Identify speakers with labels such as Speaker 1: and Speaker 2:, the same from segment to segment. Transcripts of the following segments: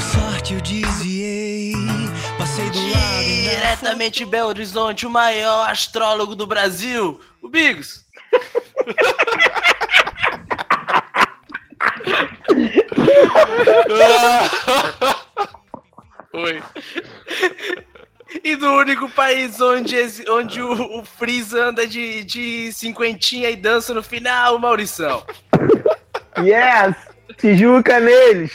Speaker 1: sorte eu desviei. Passei do lado. né? e ainda
Speaker 2: Diretamente de Belo Horizonte, o maior astrólogo do Brasil, o Bigos.
Speaker 3: Oi.
Speaker 2: E do único país onde, esse- onde o, o Freeza anda de, de cinquentinha e dança no final, o Maurição.
Speaker 4: Yes! Tijuca neles!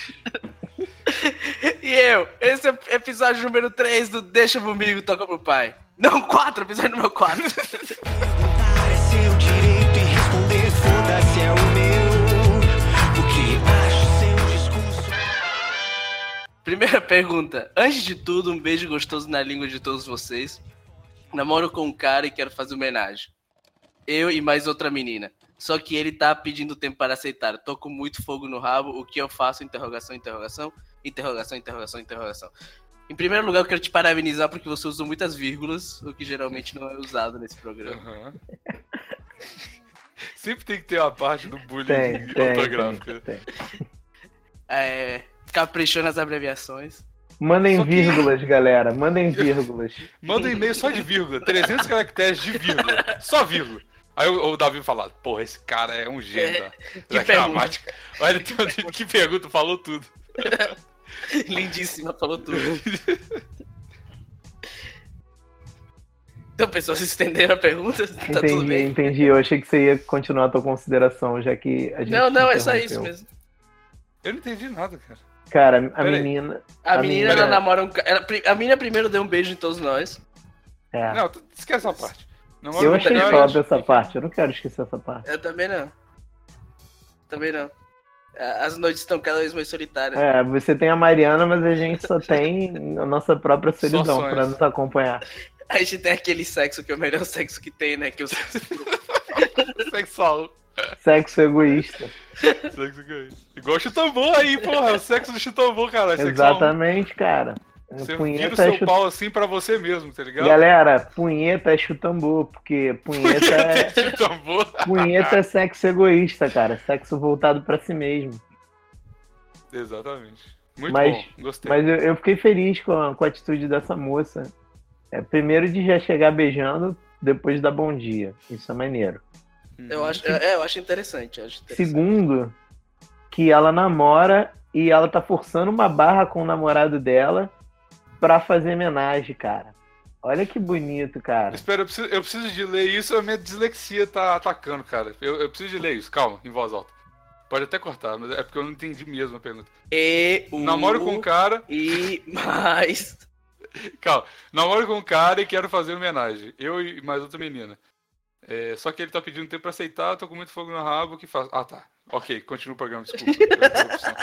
Speaker 2: E eu, esse é o episódio número 3 do Deixa Comigo, Toca Pro Pai. Não, 4, episódio número 4.
Speaker 1: Perguntar é seu direito e responder, foda-se, é o meu. O que acho seu discurso?
Speaker 2: Primeira pergunta. Antes de tudo, um beijo gostoso na língua de todos vocês. Namoro com um cara e quero fazer homenagem. Eu e mais outra menina. Só que ele tá pedindo tempo para aceitar. Tô com muito fogo no rabo. O que eu faço? Interrogação, interrogação, interrogação, interrogação, interrogação. Em primeiro lugar, eu quero te parabenizar porque você usou muitas vírgulas, o que geralmente não é usado nesse programa.
Speaker 3: Aham. Sempre tem que ter uma parte do bullying
Speaker 4: Tem, tem,
Speaker 3: ortográfico.
Speaker 4: tem, tem.
Speaker 2: É, caprichou nas abreviações.
Speaker 4: Mandem
Speaker 3: Só que- Tá
Speaker 4: vírgulas, galera. Mandem vírgulas.
Speaker 3: Manda um e-mail só de vírgula, 300 caracteres de vírgula, só vírgula. Aí o, o Davi fala, porra, esse cara é um gênio da, da
Speaker 2: pergunta.
Speaker 3: gramática. Olha, ele tem- que pergunta, falou tudo.
Speaker 2: Lindíssima, falou tudo. Então, pessoal, vocês entenderam a pergunta? Tá tudo
Speaker 4: Entendi,
Speaker 2: bem?
Speaker 4: entendi. Eu achei que você ia continuar a tua consideração, já que a gente.
Speaker 2: Não, não, é só
Speaker 4: interrompeu.
Speaker 2: isso mesmo.
Speaker 3: Eu não entendi nada, cara.
Speaker 4: Cara, a
Speaker 3: Peraí.
Speaker 4: menina.
Speaker 2: A,
Speaker 4: A
Speaker 2: menina,
Speaker 4: menina-
Speaker 2: ela namora um ca- ela pri- A menina primeiro deu um beijo em todos nós.
Speaker 4: É.
Speaker 3: Não, tá tu- esquece essa parte. Não,
Speaker 4: eu
Speaker 3: não-
Speaker 4: achei
Speaker 3: não,
Speaker 4: foda essa parte. Eu não quero esquecer essa parte.
Speaker 2: Eu também não. Também não. A- As noites estão cada vez mais solitárias.
Speaker 4: É, você tem a Mariana, mas a gente só tem a nossa própria solidão
Speaker 3: sonhos.
Speaker 4: pra nos acompanhar.
Speaker 2: A gente tem aquele sexo que é o melhor sexo que tem, né? Que eu...
Speaker 3: Sexual.
Speaker 4: Sexo egoísta.
Speaker 3: Sexo gay. Igual o chutambô aí, porra. O sexo do chutambô, cara. É sexual.
Speaker 4: Exatamente, cara.
Speaker 3: Você vira o
Speaker 4: punheta é
Speaker 3: seu
Speaker 4: chute...
Speaker 3: pau assim pra você mesmo, tá ligado?
Speaker 4: Galera, punheta é chutambô, porque punheta é,
Speaker 3: Chutambô.
Speaker 4: punheta é sexo egoísta, cara. Sexo voltado pra si mesmo.
Speaker 3: Exatamente. Muito
Speaker 4: Mas-
Speaker 3: bom. Gostei.
Speaker 4: Mas eu, eu fiquei feliz com a, com a atitude dessa moça. É, primeiro de já chegar beijando, depois de dar bom dia. Isso é maneiro.
Speaker 2: Eu, acho, é, eu acho interessante. eu acho interessante.
Speaker 4: Segundo, que ela namora e ela tá forçando uma barra com o namorado dela pra fazer homenagem, cara. Olha que bonito, cara.
Speaker 3: Espera, eu preciso, eu preciso de ler isso, a minha dislexia tá atacando, cara. Eu, eu preciso de ler isso, calma, em voz alta. Pode até cortar, mas é porque eu não entendi mesmo a pergunta.
Speaker 2: E um...
Speaker 3: Namoro com um cara.
Speaker 2: E mais...
Speaker 3: Calma. Namoro com um cara e quero fazer homenagem. Eu e mais outra menina. É, só que ele tá pedindo tempo pra aceitar, tô com muito fogo no rabo, o que faz? Ah, tá. Ok, continua o programa, desculpa. pela interrupção.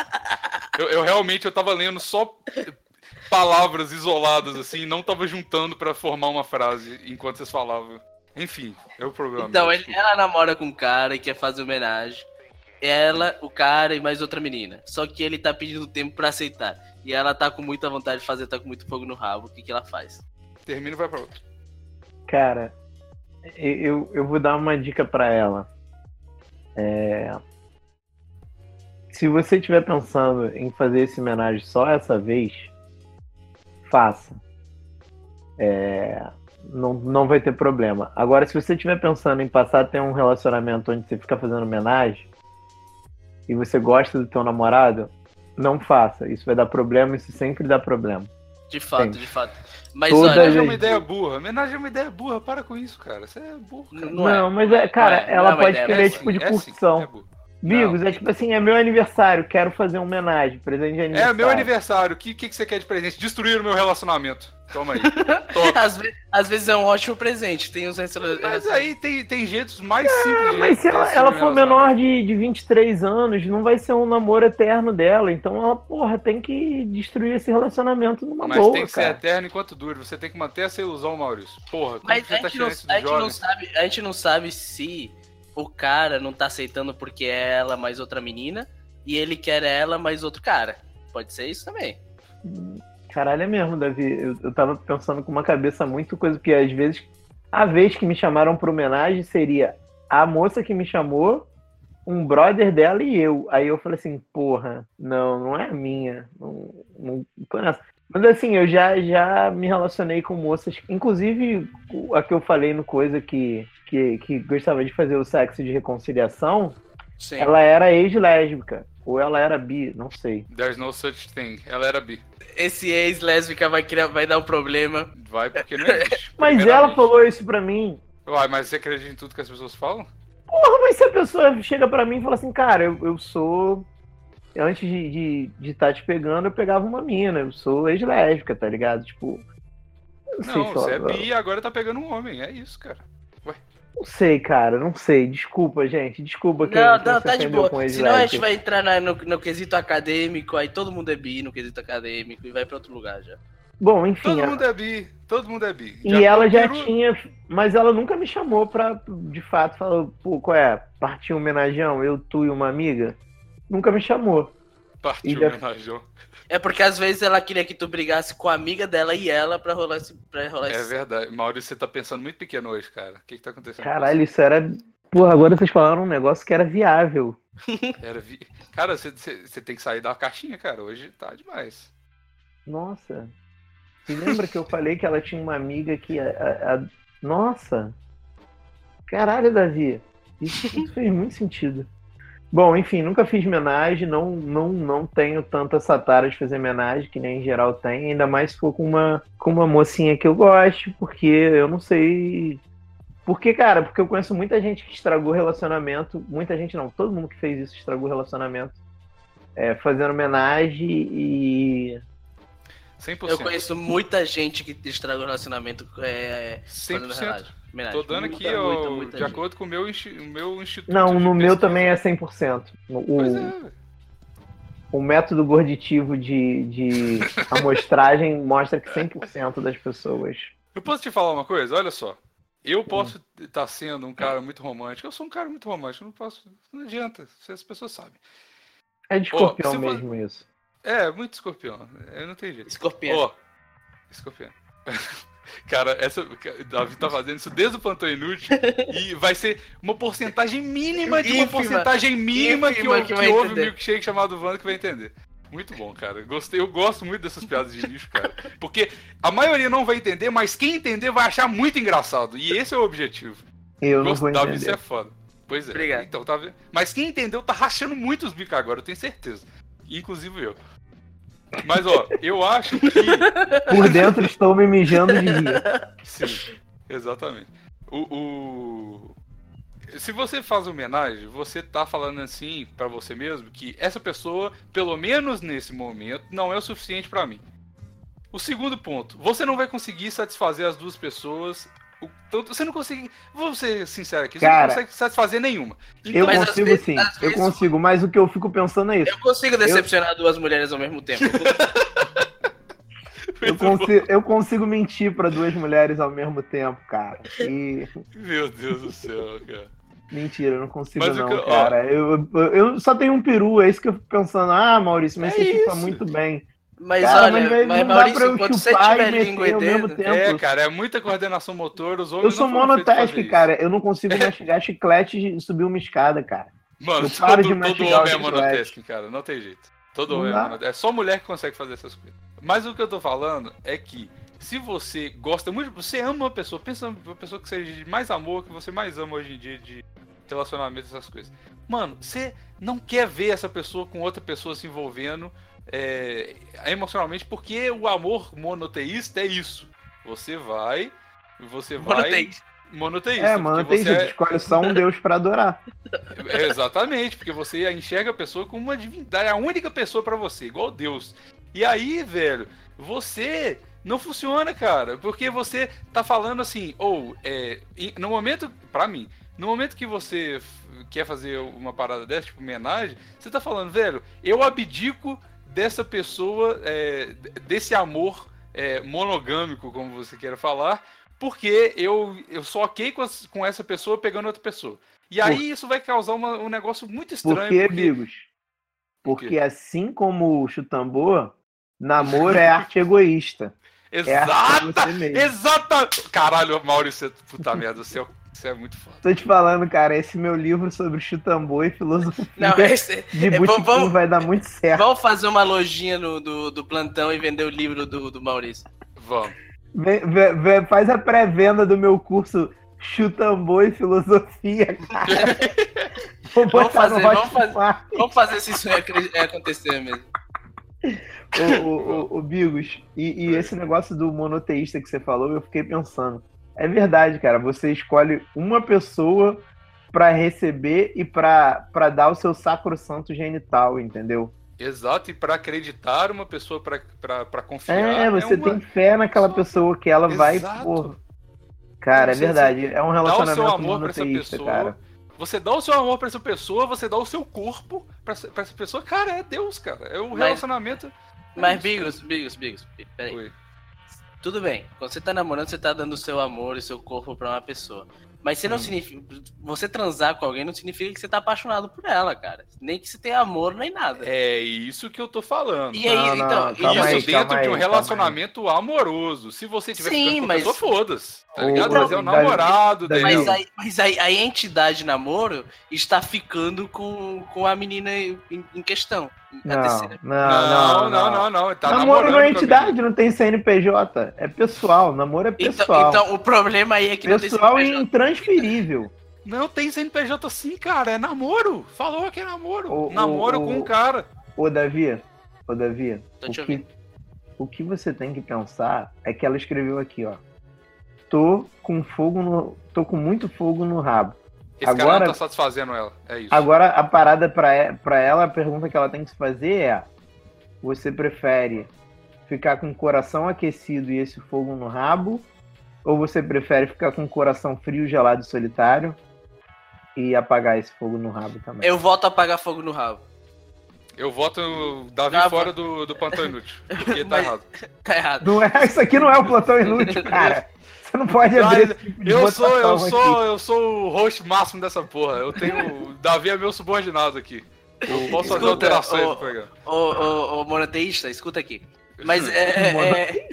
Speaker 3: Eu, eu realmente eu tava lendo só palavras isoladas, assim, não tava juntando pra formar uma frase enquanto vocês falavam. Enfim, é o programa.
Speaker 2: Então, ele-
Speaker 3: desculpa.
Speaker 2: ela namora com um cara e quer fazer homenagem. Ela, o cara e mais outra menina. Só que ele tá pedindo tempo pra aceitar. E ela tá com muita vontade de fazer, tá com muito fogo no rabo. O que, que ela faz?
Speaker 3: Termina e vai pra outro.
Speaker 4: Cara, e- eu, eu vou dar uma dica pra ela. É, se você estiver pensando em fazer esse homenagem só essa vez, faça. É, não, não vai ter problema. Agora, se você estiver pensando em passar a ter um relacionamento onde você fica fazendo homenagem e você gosta do teu namorado, não faça. Isso vai dar problema, isso sempre dá problema.
Speaker 2: De fato,
Speaker 4: Sim.
Speaker 2: de fato. Mas
Speaker 4: Toda
Speaker 2: olha,
Speaker 3: Homenagem é uma
Speaker 4: gente.
Speaker 3: ideia burra. Homenagem é uma ideia burra, para com isso, cara. Você é burro, cara.
Speaker 2: Não,
Speaker 4: Não,
Speaker 2: é.
Speaker 4: mas é, cara,
Speaker 2: Não é,
Speaker 4: ela
Speaker 2: não é uma
Speaker 4: pode
Speaker 2: ideia,
Speaker 4: querer
Speaker 2: mas
Speaker 4: tipo de
Speaker 3: É sim,
Speaker 4: curtição.
Speaker 3: é burro.
Speaker 4: Amigos, é tipo assim, é meu aniversário, quero fazer uma homenagem, presente de
Speaker 3: É,
Speaker 4: aniversário.
Speaker 3: meu aniversário. O que, que, que você quer de presente? Destruir o meu relacionamento. Toma aí.
Speaker 2: Às, ve- às vezes é um ótimo presente. Tem uns assim.
Speaker 3: Mas aí tem, tem jeitos mais simples. de
Speaker 4: Ah, Mas se ela,
Speaker 3: destruir
Speaker 4: ela
Speaker 3: o meu
Speaker 4: for menor de, de 23 anos, não vai ser um namoro eterno dela. Então ela, porra, tem que destruir esse relacionamento numa
Speaker 3: Mas
Speaker 4: tá boa,
Speaker 3: tem que ser
Speaker 4: cara.
Speaker 3: eterno enquanto dure. Você tem que manter essa ilusão, Maurício. Porra, como
Speaker 2: Mas
Speaker 3: você
Speaker 2: a
Speaker 3: tá
Speaker 2: gente, não,
Speaker 3: tirando isso do
Speaker 2: a, gente não
Speaker 3: jovem?
Speaker 2: sabe, a gente não sabe se o cara não tá aceitando porque é ela mais outra menina e ele quer ela mais outro cara. Pode ser isso também.
Speaker 4: Caralho, é mesmo, Davi. Eu, eu tava pensando com uma cabeça muito coisa, porque às vezes a vez que me chamaram pra homenagem seria a moça que me chamou um brother dela e eu. Aí eu falei assim, porra, não, não é a minha. Não, não tô nessa. Mas assim, eu já, já me relacionei com moças, inclusive o- a que eu falei no coisa que, que, que gostava de fazer o sexo de reconciliação,
Speaker 2: Sim.
Speaker 4: ela era ex-lésbica. Ou ela era bi, não sei.
Speaker 3: There's no such thing. Ela era bi.
Speaker 2: Esse ex lésbica vai criar, vai dar um problema.
Speaker 3: Vai porque não existe.
Speaker 4: Mas ela
Speaker 3: primeiramente.
Speaker 4: falou isso pra mim.
Speaker 3: Uai, mas você acredita em tudo que as pessoas falam?
Speaker 4: Porra, mas se a pessoa chega pra mim e fala assim, cara, eu, eu sou. Antes de estar de, de tá te pegando, eu pegava uma mina, eu sou ex-lésbica, tá ligado? Tipo. Não, sei
Speaker 3: Não,
Speaker 4: se
Speaker 3: você é
Speaker 4: ela-
Speaker 3: bi e agora tá pegando um homem. É isso, cara.
Speaker 4: Não sei, cara, não sei. Desculpa, gente. Desculpa quem,
Speaker 2: não,
Speaker 4: quem
Speaker 2: não,
Speaker 4: se
Speaker 2: tá de
Speaker 4: ofendeu
Speaker 2: boa.
Speaker 4: com ex-lésbica.
Speaker 2: Senão a gente vai entrar na- no, no quesito acadêmico, aí todo mundo é bi no quesito acadêmico e vai pra outro lugar já.
Speaker 4: Bom, enfim.
Speaker 3: Todo
Speaker 4: a-
Speaker 3: mundo é bi. Todo mundo é bi.
Speaker 4: E ela já
Speaker 3: viram-
Speaker 4: tinha. Mas ela nunca me chamou pra, de fato, falar, pô, qual é? Partiu um homenageão, eu, tu e uma amiga? Nunca me chamou.
Speaker 3: Partiu,
Speaker 4: e já-
Speaker 3: homenageou.
Speaker 2: É porque às vezes ela queria que tu brigasse com a amiga dela e ela pra rolar esse. Pra rolar
Speaker 3: É
Speaker 2: esse...
Speaker 3: verdade. Maurício, você tá pensando muito pequeno hoje, cara. O que que tá acontecendo? com
Speaker 4: Caralho, isso era. Porra, agora vocês falaram um negócio que era viável.
Speaker 3: você? Era vi- Cara, você, você- você tem que sair da caixinha, cara. Hoje tá demais.
Speaker 4: Nossa. Você lembra que eu falei que ela tinha uma amiga que. A, a- a- Nossa! Caralho, Davi! Isso, isso fez muito sentido. Bom, enfim, nunca fiz homenagem, não, não, não tenho tanta essa tara de fazer homenagem, que nem em geral tem, ainda mais se for com uma, com uma mocinha que eu goste, porque eu não sei. Porque, cara, porque eu conheço muita gente que estragou relacionamento, muita gente não, todo mundo que fez isso estragou relacionamento, é, fazendo homenagem e
Speaker 3: 100%.
Speaker 2: Eu conheço muita gente que estraga o relacionamento é, fazendo
Speaker 3: 100%.
Speaker 2: homenagem. homenagem.
Speaker 3: Tô dando aqui,
Speaker 2: Muita,
Speaker 3: ó,
Speaker 2: muita, muita
Speaker 3: de
Speaker 2: gente.
Speaker 3: acordo com o meu, insti- o meu instituto.
Speaker 4: Não,
Speaker 3: de
Speaker 4: no meu
Speaker 3: pesquisa.
Speaker 4: também é 100%. O,
Speaker 3: Pois
Speaker 4: o,
Speaker 3: é.
Speaker 4: o método gorditivo de, de amostragem mostra que 100% das pessoas.
Speaker 3: Eu posso te falar uma coisa? Olha só. Eu posso estar sendo um cara muito romântico. Eu sou um cara muito romântico. Não posso. Não adianta. Isso As pessoas sabem.
Speaker 4: É de escorpião
Speaker 3: se for-
Speaker 4: mesmo isso.
Speaker 3: É, muito escorpião. Eu não tenho jeito.
Speaker 2: Escorpião.
Speaker 3: Ó, escorpião. Cara, essa, o Davi tá fazendo isso desde o plantão inútil e vai ser uma porcentagem mínima de uma
Speaker 2: Ínfima.
Speaker 3: porcentagem mínima que,
Speaker 2: Ínfima
Speaker 3: ou-
Speaker 2: que
Speaker 3: que,
Speaker 2: vai
Speaker 3: houve um
Speaker 2: entender.
Speaker 3: milkshake chamado Wanda que vai entender. Muito bom, cara. Gostei, eu gosto muito dessas piadas de lixo, cara. Porque a maioria não vai entender, mas quem entender vai achar muito engraçado. E esse é o objetivo.
Speaker 4: Eu não
Speaker 3: Gosto-
Speaker 4: vou
Speaker 3: Davi, você é
Speaker 4: entender.
Speaker 3: foda. Pois é.
Speaker 2: Obrigado.
Speaker 3: Então, tá vendo? Mas quem entendeu tá rachando muito os bicos agora, eu tenho certeza. Inclusive eu. Mas ó, eu acho que.
Speaker 4: Por dentro estou me mijando de rir.
Speaker 3: Sim, exatamente. O, o- Se você faz homenagem, você tá falando assim pra você mesmo que essa pessoa, pelo menos nesse momento, não é o suficiente pra mim. O segundo ponto, você não vai conseguir satisfazer as duas pessoas. O tanto, você não consegue. Vou ser sincero aqui, você
Speaker 4: Cara,
Speaker 3: não consegue satisfazer nenhuma.
Speaker 4: Eu
Speaker 2: Mas às
Speaker 4: consigo
Speaker 2: vezes-
Speaker 4: sim,
Speaker 2: às
Speaker 4: eu
Speaker 2: vezes-
Speaker 4: consigo, mas o que eu fico pensando é isso.
Speaker 2: Eu consigo decepcionar duas mulheres ao mesmo tempo.
Speaker 4: Eu consigo, eu consigo mentir pra duas mulheres ao mesmo tempo, cara. E
Speaker 3: Meu Deus do céu, cara.
Speaker 4: mentira, eu não consigo
Speaker 3: Mas o
Speaker 4: não,
Speaker 3: que eu- ó.
Speaker 4: cara. Eu, eu- eu só tenho um peru, é isso que eu fico pensando. Ah, Maurício, mas
Speaker 3: É
Speaker 4: você chupa
Speaker 3: isso.
Speaker 4: muito bem.
Speaker 2: Mas
Speaker 4: Cara,
Speaker 2: olha, mas
Speaker 4: velho, não dá pra
Speaker 2: Maurício,
Speaker 4: eu
Speaker 2: enquanto você
Speaker 4: chupar e
Speaker 2: tiver
Speaker 4: meter
Speaker 2: língua e
Speaker 4: ao
Speaker 2: dedo,
Speaker 4: mesmo tempo.
Speaker 3: É, cara, é muita coordenação motora, os homens
Speaker 4: Eu sou
Speaker 3: não foram feitos pra fazer
Speaker 4: monotésico,
Speaker 3: isso.
Speaker 4: cara. Eu não consigo mastigar chiclete e subir uma escada, cara.
Speaker 3: Mano,
Speaker 4: Eu
Speaker 3: todo,
Speaker 4: paro de
Speaker 3: todo homem
Speaker 4: mastigar
Speaker 3: é
Speaker 4: o chiclete.
Speaker 3: monotasking, cara. Não tem jeito. Todo
Speaker 4: Não
Speaker 3: homem
Speaker 4: dá.
Speaker 3: é monotasking. É só mulher que consegue fazer essas coisas. Mas o que eu tô falando é que se você gosta muito, você ama uma pessoa, pensa uma pessoa que seja de mais amor, que você mais ama hoje em dia de relacionamento, essas coisas. Mano, você não quer ver essa pessoa com outra pessoa se envolvendo é, emocionalmente, porque o amor monoteísta é isso. Você vai, você vai.
Speaker 2: Monoteísta.
Speaker 3: Monoteísta.
Speaker 4: É,
Speaker 3: porque
Speaker 4: mano, tem
Speaker 3: você
Speaker 4: gente que escolhe só um deus pra adorar.
Speaker 3: é, Exatamente, porque você enxerga a pessoa como uma divindade, é a única pessoa pra você, igual Deus. E aí, velho, você não funciona, cara, porque você tá falando assim, ou é, em- no momento, pra mim, no momento que você f- quer fazer uma parada dessa, tipo homenagem, você tá falando, velho, eu abdico dessa pessoa, é, d- desse amor é, monogâmico, como você queira falar, porque eu, eu só ok com, as- com essa pessoa pegando outra pessoa. E aí isso vai causar uma- um negócio muito estranho.
Speaker 4: Por quê, Bigos?
Speaker 3: Por quê?
Speaker 4: Porque assim como o chutambô, namoro é arte egoísta. É arte pra
Speaker 3: Exata!
Speaker 4: você mesmo.
Speaker 3: Exata! Caralho, Maurício, puta merda do céu. Isso é muito foda.
Speaker 4: Tô te falando, cara, esse meu livro sobre Chutambô e filosofia
Speaker 2: Não, esse,
Speaker 4: de
Speaker 2: é,
Speaker 4: Butiquim
Speaker 2: vamos- vamos-
Speaker 4: vai dar muito certo.
Speaker 2: vamos fazer uma lojinha no, do, do plantão e vender o livro do, do Maurício.
Speaker 3: Vamos.
Speaker 4: Vem- vem- vem- faz a pré-venda do meu curso Chutambô e filosofia, cara. Vou
Speaker 2: Vamos
Speaker 4: botar no
Speaker 2: fazer, vamos
Speaker 4: Hotmart.
Speaker 2: Vamos fazer se isso é acre- é acontecer mesmo.
Speaker 4: Ô, ô, ô, ô, Bigos, e,
Speaker 3: É.
Speaker 4: e esse negócio do monoteísta que você falou, eu fiquei pensando. É verdade, cara. Você escolhe uma pessoa pra receber e pra pra dar o seu sacrosanto genital, entendeu?
Speaker 3: Exato, e pra acreditar uma pessoa, pra, pra, pra confiar.
Speaker 4: É, você
Speaker 3: uma-
Speaker 4: tem fé naquela
Speaker 3: só-
Speaker 4: pessoa que ela vai.
Speaker 3: Exato.
Speaker 4: Pô, cara, é
Speaker 3: Você-
Speaker 4: verdade. É um
Speaker 3: Dá o seu
Speaker 4: relacionamento
Speaker 3: amor pra essa
Speaker 4: monoteísta,
Speaker 3: pessoa.
Speaker 4: cara.
Speaker 3: Você dá o seu amor pra essa pessoa, você dá o seu corpo pra essa, pra essa pessoa. Cara, é Deus, cara. É um
Speaker 2: Mas-
Speaker 3: relacionamento.
Speaker 2: Mas, Bigos, Bigos, Bigos, peraí.
Speaker 3: Oi.
Speaker 2: Tudo bem, quando você tá namorando, você tá dando o seu amor e seu corpo pra uma pessoa. Mas você não
Speaker 3: Hum.
Speaker 2: significa. Você transar com alguém não significa que você tá apaixonado por ela, cara. Nem que você tenha amor, nem nada.
Speaker 3: É isso que eu tô falando.
Speaker 2: E aí,
Speaker 4: Não, não,
Speaker 2: então,
Speaker 4: calma
Speaker 2: isso-
Speaker 4: aí,
Speaker 3: isso dentro
Speaker 4: calma
Speaker 3: de um
Speaker 4: aí,
Speaker 3: relacionamento amoroso. Se você tiver
Speaker 2: Sim,
Speaker 3: ficando com a
Speaker 2: mas-
Speaker 3: pessoa, foda-se. Tá
Speaker 4: Ô,
Speaker 3: ligado?
Speaker 4: ô,
Speaker 3: Mas é o
Speaker 4: Davi,
Speaker 3: namorado
Speaker 4: Davi,
Speaker 3: dela.
Speaker 2: mas aí, mas aí a entidade namoro está ficando com, com a menina em, em questão. É A
Speaker 4: Não,
Speaker 2: terceira.
Speaker 4: não, não, não.
Speaker 3: não, não. Tá
Speaker 4: namoro
Speaker 3: namorando
Speaker 4: não é
Speaker 3: com a
Speaker 4: entidade, não tem CNPJ. É pessoal, namoro é
Speaker 2: Então,
Speaker 4: pessoal.
Speaker 2: então o problema aí é que
Speaker 4: pessoal
Speaker 2: não tem
Speaker 4: e
Speaker 2: CNPJ.
Speaker 4: intransferível.
Speaker 3: Não tem CNPJ sim, cara. É namoro. Falou que é namoro.
Speaker 4: Ô, ô,
Speaker 3: namoro
Speaker 4: ô.
Speaker 3: com um cara.
Speaker 4: Ô, Davi, ô, Davi,
Speaker 2: Tô
Speaker 4: o
Speaker 2: te
Speaker 4: que,
Speaker 2: ouvindo.
Speaker 4: o que você tem que pensar é que ela escreveu aqui, ó. Tô com fogo no. tô com muito fogo no rabo.
Speaker 3: Esse cara
Speaker 4: Agora-
Speaker 3: não tá satisfazendo ela. É isso.
Speaker 4: Agora a parada pra, e- pra ela, a pergunta que ela tem que se fazer é: você prefere ficar com o coração aquecido e esse fogo no rabo? Ou você prefere ficar com o coração frio, gelado e solitário e apagar esse fogo no rabo também?
Speaker 2: Eu volto a apagar fogo no rabo.
Speaker 3: Eu voto no Davi
Speaker 2: Ah,
Speaker 3: fora do, do Pantão Inútil. Porque tá
Speaker 2: Mas-
Speaker 3: errado.
Speaker 2: Tá errado.
Speaker 4: Não é, isso aqui não é o Platão Inútil, cara. Você não pode abrir
Speaker 3: Mas
Speaker 4: esse tipo de
Speaker 3: Eu sou, eu
Speaker 4: votação aqui.
Speaker 3: sou, eu sou o host máximo dessa porra. Eu tenho. O Davi é meu subordinado aqui. Eu posso fazer
Speaker 2: Escuta,
Speaker 3: alterações
Speaker 2: ô-
Speaker 3: no programa.
Speaker 2: Ô, ô, ô monoteísta, escuta aqui. Mas é. é-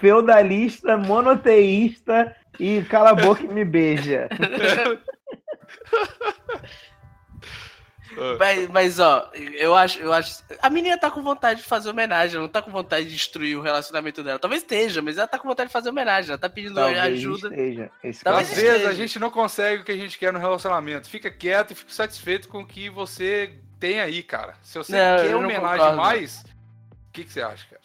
Speaker 4: feudalista, monoteísta e cala a boca e me beija.
Speaker 3: Ah,
Speaker 2: mas, mas, ó, eu acho, eu acho. A menina tá com vontade de fazer homenagem, ela não tá com vontade de destruir o relacionamento dela. Talvez esteja, mas ela tá com vontade de fazer homenagem, ela tá pedindo ajuda.
Speaker 4: esteja. Esse
Speaker 2: Talvez
Speaker 4: cara-
Speaker 3: Às vezes
Speaker 2: esteja.
Speaker 3: a gente não consegue o que a gente quer no relacionamento. Fica quieto e fica satisfeito com o que você tem aí, cara. Se você
Speaker 2: Não,
Speaker 3: quer
Speaker 2: eu não
Speaker 3: homenagem
Speaker 2: concordo.
Speaker 3: mais, o que, que você acha, cara?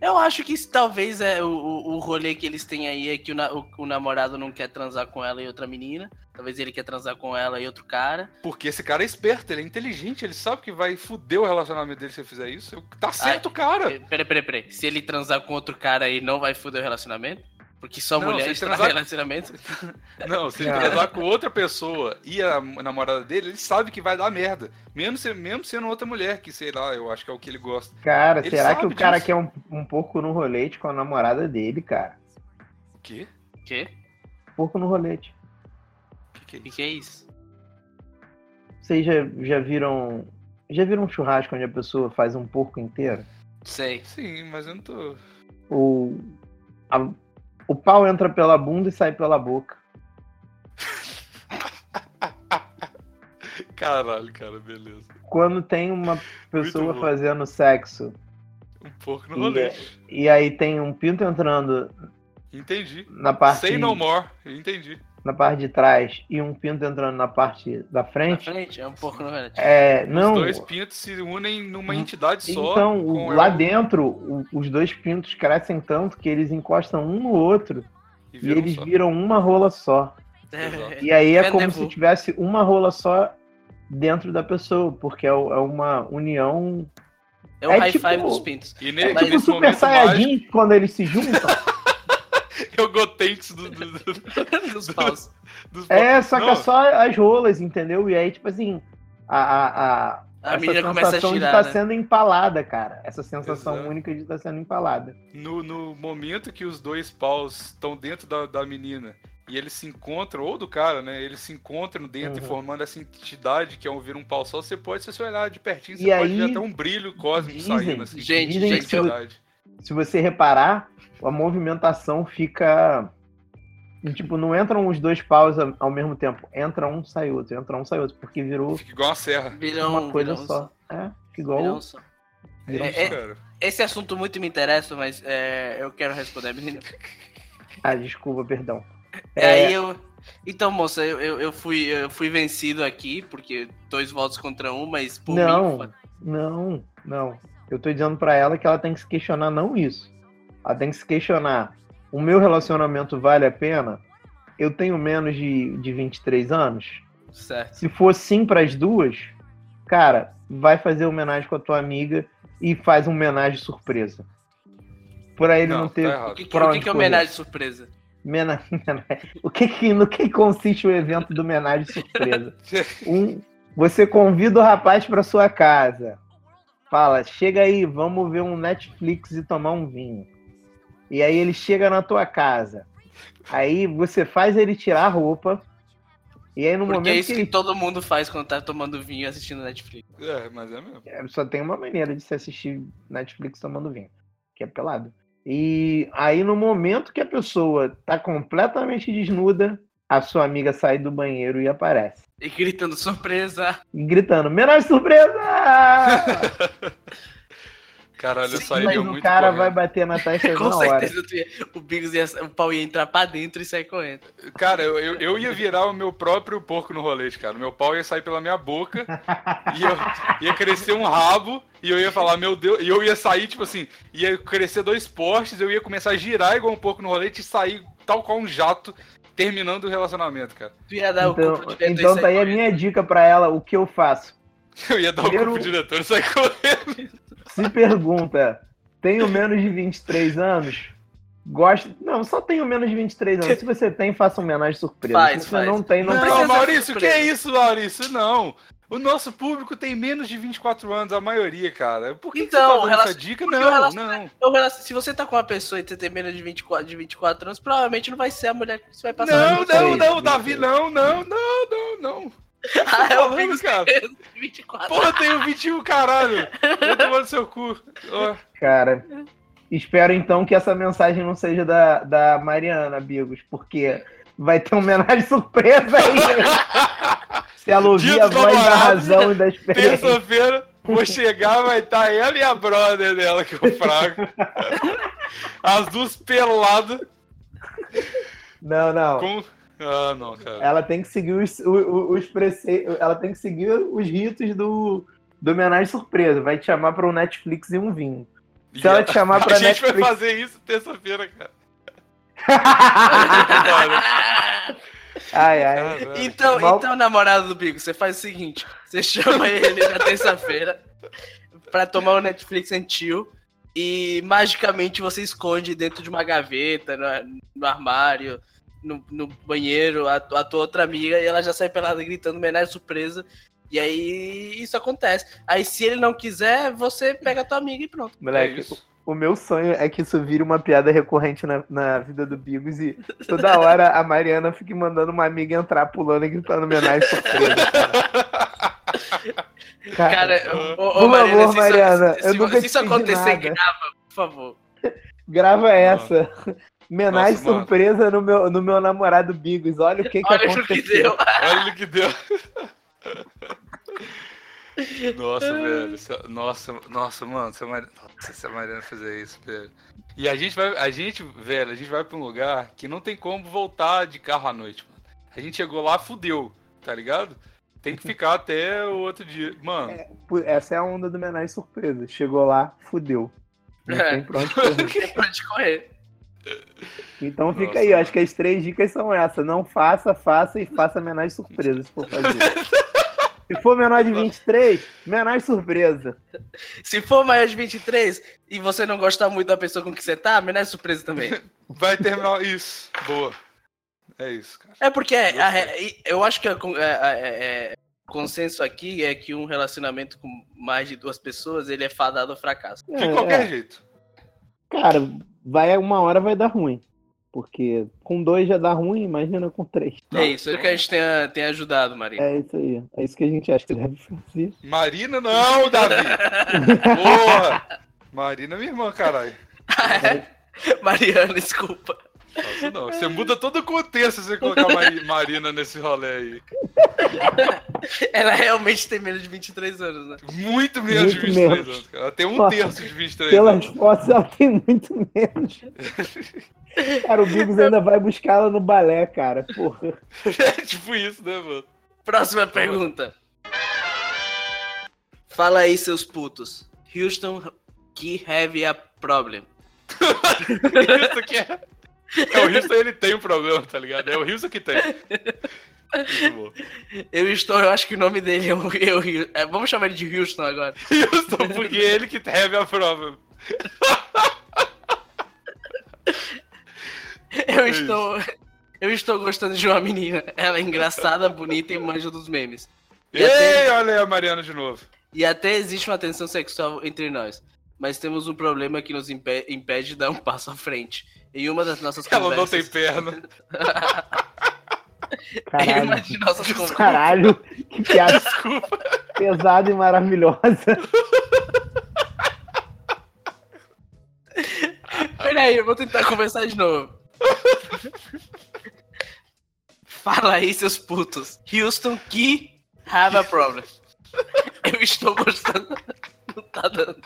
Speaker 2: Eu acho que isso talvez é o, o, o rolê que eles têm aí é que o, na- o- o namorado não quer transar com ela e outra menina. Talvez ele quer transar com ela e outro cara.
Speaker 3: Porque esse cara é esperto, ele é inteligente, ele sabe que vai fuder o relacionamento dele se eu fizer isso. Eu-
Speaker 4: Ah,
Speaker 3: Tá certo,
Speaker 4: é,
Speaker 3: cara.
Speaker 2: Peraí, peraí, peraí. Se ele transar com outro cara aí, não vai foder o relacionamento? Porque só
Speaker 3: Não,
Speaker 2: mulher
Speaker 3: se
Speaker 2: estraga
Speaker 3: transar-
Speaker 2: relacionamento?
Speaker 3: Não, se ele
Speaker 4: é, Cara.
Speaker 3: casar com outra pessoa e a namorada dele, ele sabe que vai dar merda. Mesmo, se- mesmo sendo outra mulher, que sei lá, eu acho que é o que ele gosta.
Speaker 4: Cara,
Speaker 3: Ele
Speaker 4: será que
Speaker 3: sabe
Speaker 4: o cara
Speaker 3: disso.
Speaker 4: quer um, um porco no rolete com a namorada dele, cara?
Speaker 3: O quê?
Speaker 2: O quê?
Speaker 4: Porco no rolete.
Speaker 3: O que, que é
Speaker 2: O que
Speaker 3: isso?
Speaker 2: que é isso?
Speaker 4: Vocês já, já viram. Já viram um churrasco onde a pessoa faz um porco inteiro?
Speaker 2: Sei.
Speaker 3: Sim, mas eu não tô.
Speaker 4: O, a- o pau entra pela bunda e sai pela boca.
Speaker 3: Caralho, cara, beleza.
Speaker 4: Quando tem uma pessoa
Speaker 3: bom.
Speaker 4: fazendo sexo
Speaker 3: Um porco no
Speaker 4: E
Speaker 3: rolê.
Speaker 4: e aí tem um pinto entrando
Speaker 3: Entendi.
Speaker 4: na parte
Speaker 3: Say no more. Entendi.
Speaker 4: na parte de trás e um pinto entrando na parte da
Speaker 2: Na
Speaker 4: frente.
Speaker 2: frente? É um pouco no relativo.
Speaker 4: É,
Speaker 3: Os
Speaker 4: não.
Speaker 3: dois pintos se unem numa
Speaker 4: Hum.
Speaker 3: entidade só.
Speaker 4: Então, o-
Speaker 3: com
Speaker 4: lá
Speaker 3: ela
Speaker 4: dentro, o- os dois pintos crescem tanto que eles encostam um no outro
Speaker 3: E
Speaker 4: e
Speaker 3: viram
Speaker 4: eles
Speaker 3: só.
Speaker 4: viram uma rola só.
Speaker 2: É,
Speaker 4: E aí é
Speaker 2: É
Speaker 4: como
Speaker 2: nevo.
Speaker 4: se tivesse uma rola só dentro da pessoa, porque é, o- é uma união.
Speaker 2: é um
Speaker 4: É
Speaker 2: high
Speaker 4: tipo-
Speaker 2: five dos pintos.
Speaker 3: E ne-
Speaker 4: É
Speaker 2: mas
Speaker 4: tipo
Speaker 3: Tá nesse
Speaker 4: Super
Speaker 3: momento
Speaker 4: Saiyajin
Speaker 3: mágico,
Speaker 4: quando eles se juntam.
Speaker 3: eu gotenks do, do, do-
Speaker 2: dos paus.
Speaker 3: dos
Speaker 4: é, só que é
Speaker 3: Não.
Speaker 4: só as rolas, entendeu? E aí, tipo assim, a, a, a,
Speaker 2: A
Speaker 4: essa
Speaker 2: menina começa a
Speaker 4: sensação de
Speaker 2: girar.
Speaker 4: estar
Speaker 2: né?
Speaker 4: sendo empalada, cara. Essa sensação
Speaker 3: Exato.
Speaker 4: única de estar sendo empalada.
Speaker 3: No, no momento que os dois paus estão dentro da, da menina e eles se encontram, ou do cara, né? Eles se encontram dentro e
Speaker 4: Uhum.
Speaker 3: formando essa entidade que é um vir um pau só, você pode, se você olhar de pertinho,
Speaker 4: E
Speaker 3: você pode ver
Speaker 4: aí,
Speaker 3: até um brilho cósmico
Speaker 4: dizem-
Speaker 3: saindo assim.
Speaker 2: Gente,
Speaker 3: de
Speaker 4: dizem
Speaker 2: gente,
Speaker 4: que
Speaker 2: eu-
Speaker 3: entidade.
Speaker 4: se você reparar, a movimentação fica E, tipo, não entram os dois paus a- ao mesmo tempo. Entra um, sai outro. Entra um, sai outro. Porque virou
Speaker 3: Fica igual uma serra.
Speaker 2: Virão,
Speaker 4: uma coisa
Speaker 2: virão
Speaker 4: só. É, fica igual.
Speaker 2: virão só.
Speaker 3: É isso,
Speaker 2: É- é-
Speaker 3: cara.
Speaker 2: um Esse assunto muito me interessa, mas é, eu quero responder, menino.
Speaker 4: Ah, desculpa, perdão.
Speaker 2: É, Aí eu. Então, moça, eu, eu, eu fui, eu fui vencido aqui, porque dois votos contra um, mas por
Speaker 4: Não.
Speaker 2: mim. fa-
Speaker 4: Não, não. Eu tô dizendo pra ela que ela tem que se questionar não isso. Ela tem que se questionar. O meu relacionamento vale a pena? Eu tenho menos de, de 23 anos?
Speaker 2: Certo.
Speaker 4: Se for sim pras duas, cara, vai fazer homenagem com a tua amiga e faz uma homenagem surpresa. Pra ele não,
Speaker 3: Não,
Speaker 4: ter
Speaker 3: tá errado.
Speaker 2: O que, que-
Speaker 4: Pra
Speaker 2: o
Speaker 4: onde
Speaker 2: que, que é
Speaker 4: correr?
Speaker 2: homenagem surpresa?
Speaker 4: Mena... mena- O que que, no que consiste o evento do homenagem surpresa? Um, você convida o rapaz para sua casa. Fala, chega aí, vamos ver um Netflix e tomar um vinho. E aí ele chega na tua casa. Aí você faz ele tirar a roupa. E aí no
Speaker 2: Porque é
Speaker 4: um momento
Speaker 2: isso
Speaker 4: que
Speaker 2: que
Speaker 4: ele...
Speaker 2: todo mundo faz quando tá tomando vinho e assistindo Netflix.
Speaker 3: É, mas é mesmo.
Speaker 4: É, Só tem uma maneira de se assistir Netflix tomando vinho, que é pelado. E aí, no momento que a pessoa tá completamente desnuda, a sua amiga sai do banheiro e aparece.
Speaker 2: E gritando surpresa.
Speaker 4: E gritando, menor surpresa!
Speaker 3: Caralho, eu
Speaker 2: Sim,
Speaker 3: saí
Speaker 4: Mas
Speaker 3: deu
Speaker 4: o
Speaker 3: é muito
Speaker 4: cara vai
Speaker 3: correndo.
Speaker 4: bater na testa
Speaker 2: Com
Speaker 4: na hora.
Speaker 2: certeza tu ia- o Bigos ia, o pau ia entrar pra dentro e sair correndo.
Speaker 3: Cara, eu, eu, eu ia virar o meu próprio porco no rolete, cara. Meu pau ia sair pela minha boca, e eu, ia crescer um rabo, e eu ia falar, meu Deus, e eu ia sair, tipo assim, ia crescer dois postes, eu ia começar a girar igual um porco no rolete e sair tal qual um jato, terminando o relacionamento, cara.
Speaker 2: Tu ia dar o
Speaker 4: Então,
Speaker 2: corpo de dentro
Speaker 4: então
Speaker 2: e sair
Speaker 4: tá aí a
Speaker 2: correndo.
Speaker 4: minha dica pra ela, o que eu faço?
Speaker 3: Eu ia dar o
Speaker 4: Primeiro-
Speaker 3: corpo pro diretor é? e sair correndo.
Speaker 4: Se pergunta, tenho menos de 23 anos? Gosto. Não, só tenho menos de 23 anos. Se você tem, faça um homenagem surpresa.
Speaker 2: Faz,
Speaker 4: Se você
Speaker 2: faz.
Speaker 4: não tem, não,
Speaker 3: Não,
Speaker 4: faça.
Speaker 2: precisa
Speaker 3: Maurício, que
Speaker 2: surpresa.
Speaker 3: é isso, Maurício? Não. O nosso público tem menos de 24 anos, a maioria, cara. Por que, que
Speaker 2: Então,
Speaker 3: você tá dando
Speaker 2: relacion-
Speaker 3: essa dica?
Speaker 2: porque o
Speaker 3: Não,
Speaker 2: relacion-
Speaker 3: não.
Speaker 2: Eu relaciono- se você tá com uma pessoa e você tem menos de 24, de 24 anos, provavelmente não vai ser a mulher que você vai passar.
Speaker 3: Não, não,
Speaker 4: Passando três,
Speaker 3: não,
Speaker 4: vinte
Speaker 3: Davi,
Speaker 4: e três.
Speaker 3: não, não, não, não, não.
Speaker 2: Ah, é o
Speaker 3: falando,
Speaker 2: Bigos
Speaker 3: cara.
Speaker 2: que tem 24.
Speaker 3: Porra, eu tenho 21, caralho. Eu tomando seu cu. Ó,
Speaker 4: Cara, espero então que essa mensagem não seja da, da Mariana, Bigos, porque vai ter uma homenagem surpresa aí. Se ela ouvir
Speaker 3: Dia
Speaker 4: a
Speaker 3: dos
Speaker 4: voz da
Speaker 3: namorados. né?
Speaker 4: razão e da experiência.
Speaker 3: Terça-feira, vou chegar, vai estar ela e a brother dela, que eu frago. As duas peladas.
Speaker 4: Não, não.
Speaker 3: Com... Ah, não, cara.
Speaker 4: Ela tem que seguir os, o- o- os, prece- Ela tem que seguir os ritos do, do homenagem surpresa. Vai te chamar para um Netflix e um vinho. Se ela te chamar pra
Speaker 3: A gente vai
Speaker 4: Netflix-
Speaker 3: fazer isso terça-feira, cara.
Speaker 4: ai, ai.
Speaker 3: Caralho.
Speaker 2: Então,
Speaker 4: Mal-
Speaker 2: então, namorado do Bigo, você faz o seguinte: você chama ele na terça-feira pra tomar um Netflix and chill e magicamente você esconde dentro de uma gaveta, no, no armário, no, no banheiro, a, tu- a tua outra amiga e ela já sai pelada gritando homenagem surpresa. E aí isso acontece. Aí se ele não quiser, você pega a tua amiga e pronto.
Speaker 3: É
Speaker 4: Moleque,
Speaker 3: isso.
Speaker 4: O meu sonho é que isso vire uma piada recorrente na, na vida do Bigos e toda hora a Mariana fique mandando uma amiga entrar pulando e gritando homenagem surpresa. Cara,
Speaker 2: Cara, ô, ô,
Speaker 4: por favor,
Speaker 2: se isso-
Speaker 4: Mariana,
Speaker 2: se,
Speaker 4: eu
Speaker 2: se-
Speaker 4: nunca
Speaker 2: se
Speaker 4: te
Speaker 2: isso
Speaker 4: pedi
Speaker 2: acontecer,
Speaker 4: nada.
Speaker 2: grava, por favor.
Speaker 4: grava essa. Homenagem
Speaker 3: Nossa, mano.
Speaker 4: surpresa no meu, no meu namorado Bigos. Olha o que, que
Speaker 2: Olha o que
Speaker 4: aconteceu.
Speaker 2: deu.
Speaker 3: Olha o que deu. Nossa, velho. se- Nossa, nossa, mano. Se a, Mar... nossa, se a Mariana fizer isso, velho. E a gente vai. A gente, velho, a gente vai pra um lugar que não tem como voltar de carro à noite, mano. A gente chegou lá, fudeu, tá ligado? Tem que ficar até o outro dia. Mano,
Speaker 4: Pu- Essa é a onda do homenagem surpresa. Chegou lá, fudeu. Não
Speaker 2: É.
Speaker 4: tem pra onde correr.
Speaker 2: Pode correr.
Speaker 4: Então fica
Speaker 3: Nossa,
Speaker 4: aí, eu
Speaker 3: mano.
Speaker 4: acho que as três dicas são essas. Não faça, faça e faça homenagem surpresa, se for fazer. se for menor de 23, homenagem surpresa.
Speaker 2: Se for maior de 23 e você não gostar muito da pessoa com que você tá, menor é surpresa também.
Speaker 3: vai terminar. Isso. Boa. É isso, cara.
Speaker 2: É porque a re- e- eu acho que a con- é- é- é- o consenso aqui é que um relacionamento com mais de duas pessoas, ele é fadado ao fracasso.
Speaker 4: É,
Speaker 3: De qualquer
Speaker 4: é.
Speaker 3: jeito.
Speaker 4: Cara, vai uma hora vai dar ruim. Porque com dois já dá ruim, imagina com três.
Speaker 2: É isso, é o que a gente tem, tem ajudado, Maria.
Speaker 4: É isso aí. É isso que a gente acha que deve fazer.
Speaker 3: Marina, não, Davi. Boa. Marina, é minha irmã, caralho.
Speaker 2: Mariana, desculpa.
Speaker 3: Faço não. Você muda todo o contexto se você colocar Mari- Marina nesse rolê aí.
Speaker 2: Ela realmente tem menos de 23 anos, né?
Speaker 3: Muito menos de
Speaker 4: Muito
Speaker 3: 23
Speaker 4: menos.
Speaker 3: anos, cara. Ela tem um
Speaker 4: Nossa,
Speaker 3: terço de 23
Speaker 4: Pelas
Speaker 3: anos.
Speaker 4: fotos, ela tem muito menos. Cara, o Bigos ainda vai buscar ela no balé, cara. Porra.
Speaker 3: É tipo isso, né, mano?
Speaker 2: Próxima pergunta. Fala aí, seus putos. Houston, que have a problem.
Speaker 3: Houston que é. É, o Houston ele tem um problema, tá ligado? É o Houston que tem. Muito bom.
Speaker 2: Eu estou, eu acho que o nome dele é o. eu- eu- é, vamos chamar ele de Houston agora.
Speaker 3: Houston, porque é ele que teve a prova.
Speaker 2: Eu
Speaker 3: É
Speaker 2: estou. Eu estou gostando de uma menina. Ela é engraçada, bonita e manja dos memes. E até-
Speaker 3: Ei, olha aí a Mariana de novo.
Speaker 2: E até existe uma tensão sexual entre nós. Mas temos um problema que nos impe- impede de dar um passo à frente. Em uma das nossas
Speaker 3: Ela não tem
Speaker 2: conversas.
Speaker 3: perna.
Speaker 2: Em uma
Speaker 4: Caralho.
Speaker 2: de nossas conversas.
Speaker 4: Caralho. Que piada
Speaker 3: Desculpa.
Speaker 4: pesada e maravilhosa.
Speaker 2: Peraí, eu vou tentar conversar de novo. Fala aí, seus putos. Houston que have a problem. Eu estou gostando. Não tá dando.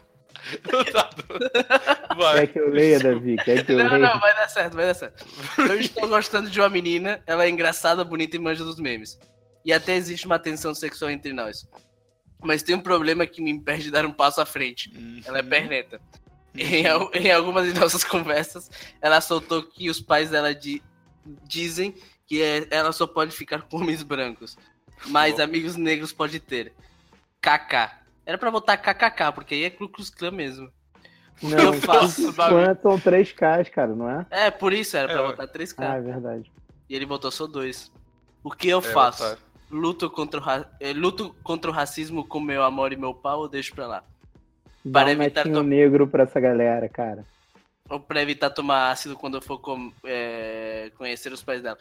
Speaker 3: Não tá dando. Vai.
Speaker 4: Quer É que eu leia, Davi? Quer que eu
Speaker 2: Não, não,
Speaker 4: leia?
Speaker 2: vai dar certo, vai dar certo. Eu estou gostando de uma menina, ela é engraçada, bonita e manja dos memes. E até existe uma tensão sexual entre nós. Mas tem um problema que me impede de dar um passo à frente. Ela é
Speaker 3: Uhum.
Speaker 2: perneta. Em, al- em algumas de nossas conversas, ela soltou que os pais dela di- dizem que é- ela só pode ficar com homens brancos. Mas
Speaker 3: Bom.
Speaker 2: amigos negros pode ter. KK. Era pra botar KKK, porque aí é Ku Klux Klan mesmo. eu
Speaker 4: Não,
Speaker 2: faço,
Speaker 4: Klan são três Ks, cara, não é?
Speaker 2: É, por isso era pra
Speaker 3: É,
Speaker 2: botar 3K.
Speaker 4: Ah, é verdade.
Speaker 2: E ele botou só dois. O que eu
Speaker 3: É,
Speaker 2: faço?
Speaker 3: otário.
Speaker 2: Luto, contra o ra- eh, Luto contra o racismo com meu amor e meu pau ou deixo pra lá?
Speaker 4: Dá
Speaker 2: Para
Speaker 4: um
Speaker 2: evitar
Speaker 4: netinho
Speaker 2: to-
Speaker 4: negro pra essa galera, cara.
Speaker 2: Ou pra evitar tomar ácido quando eu for com- eh, conhecer os pais dela.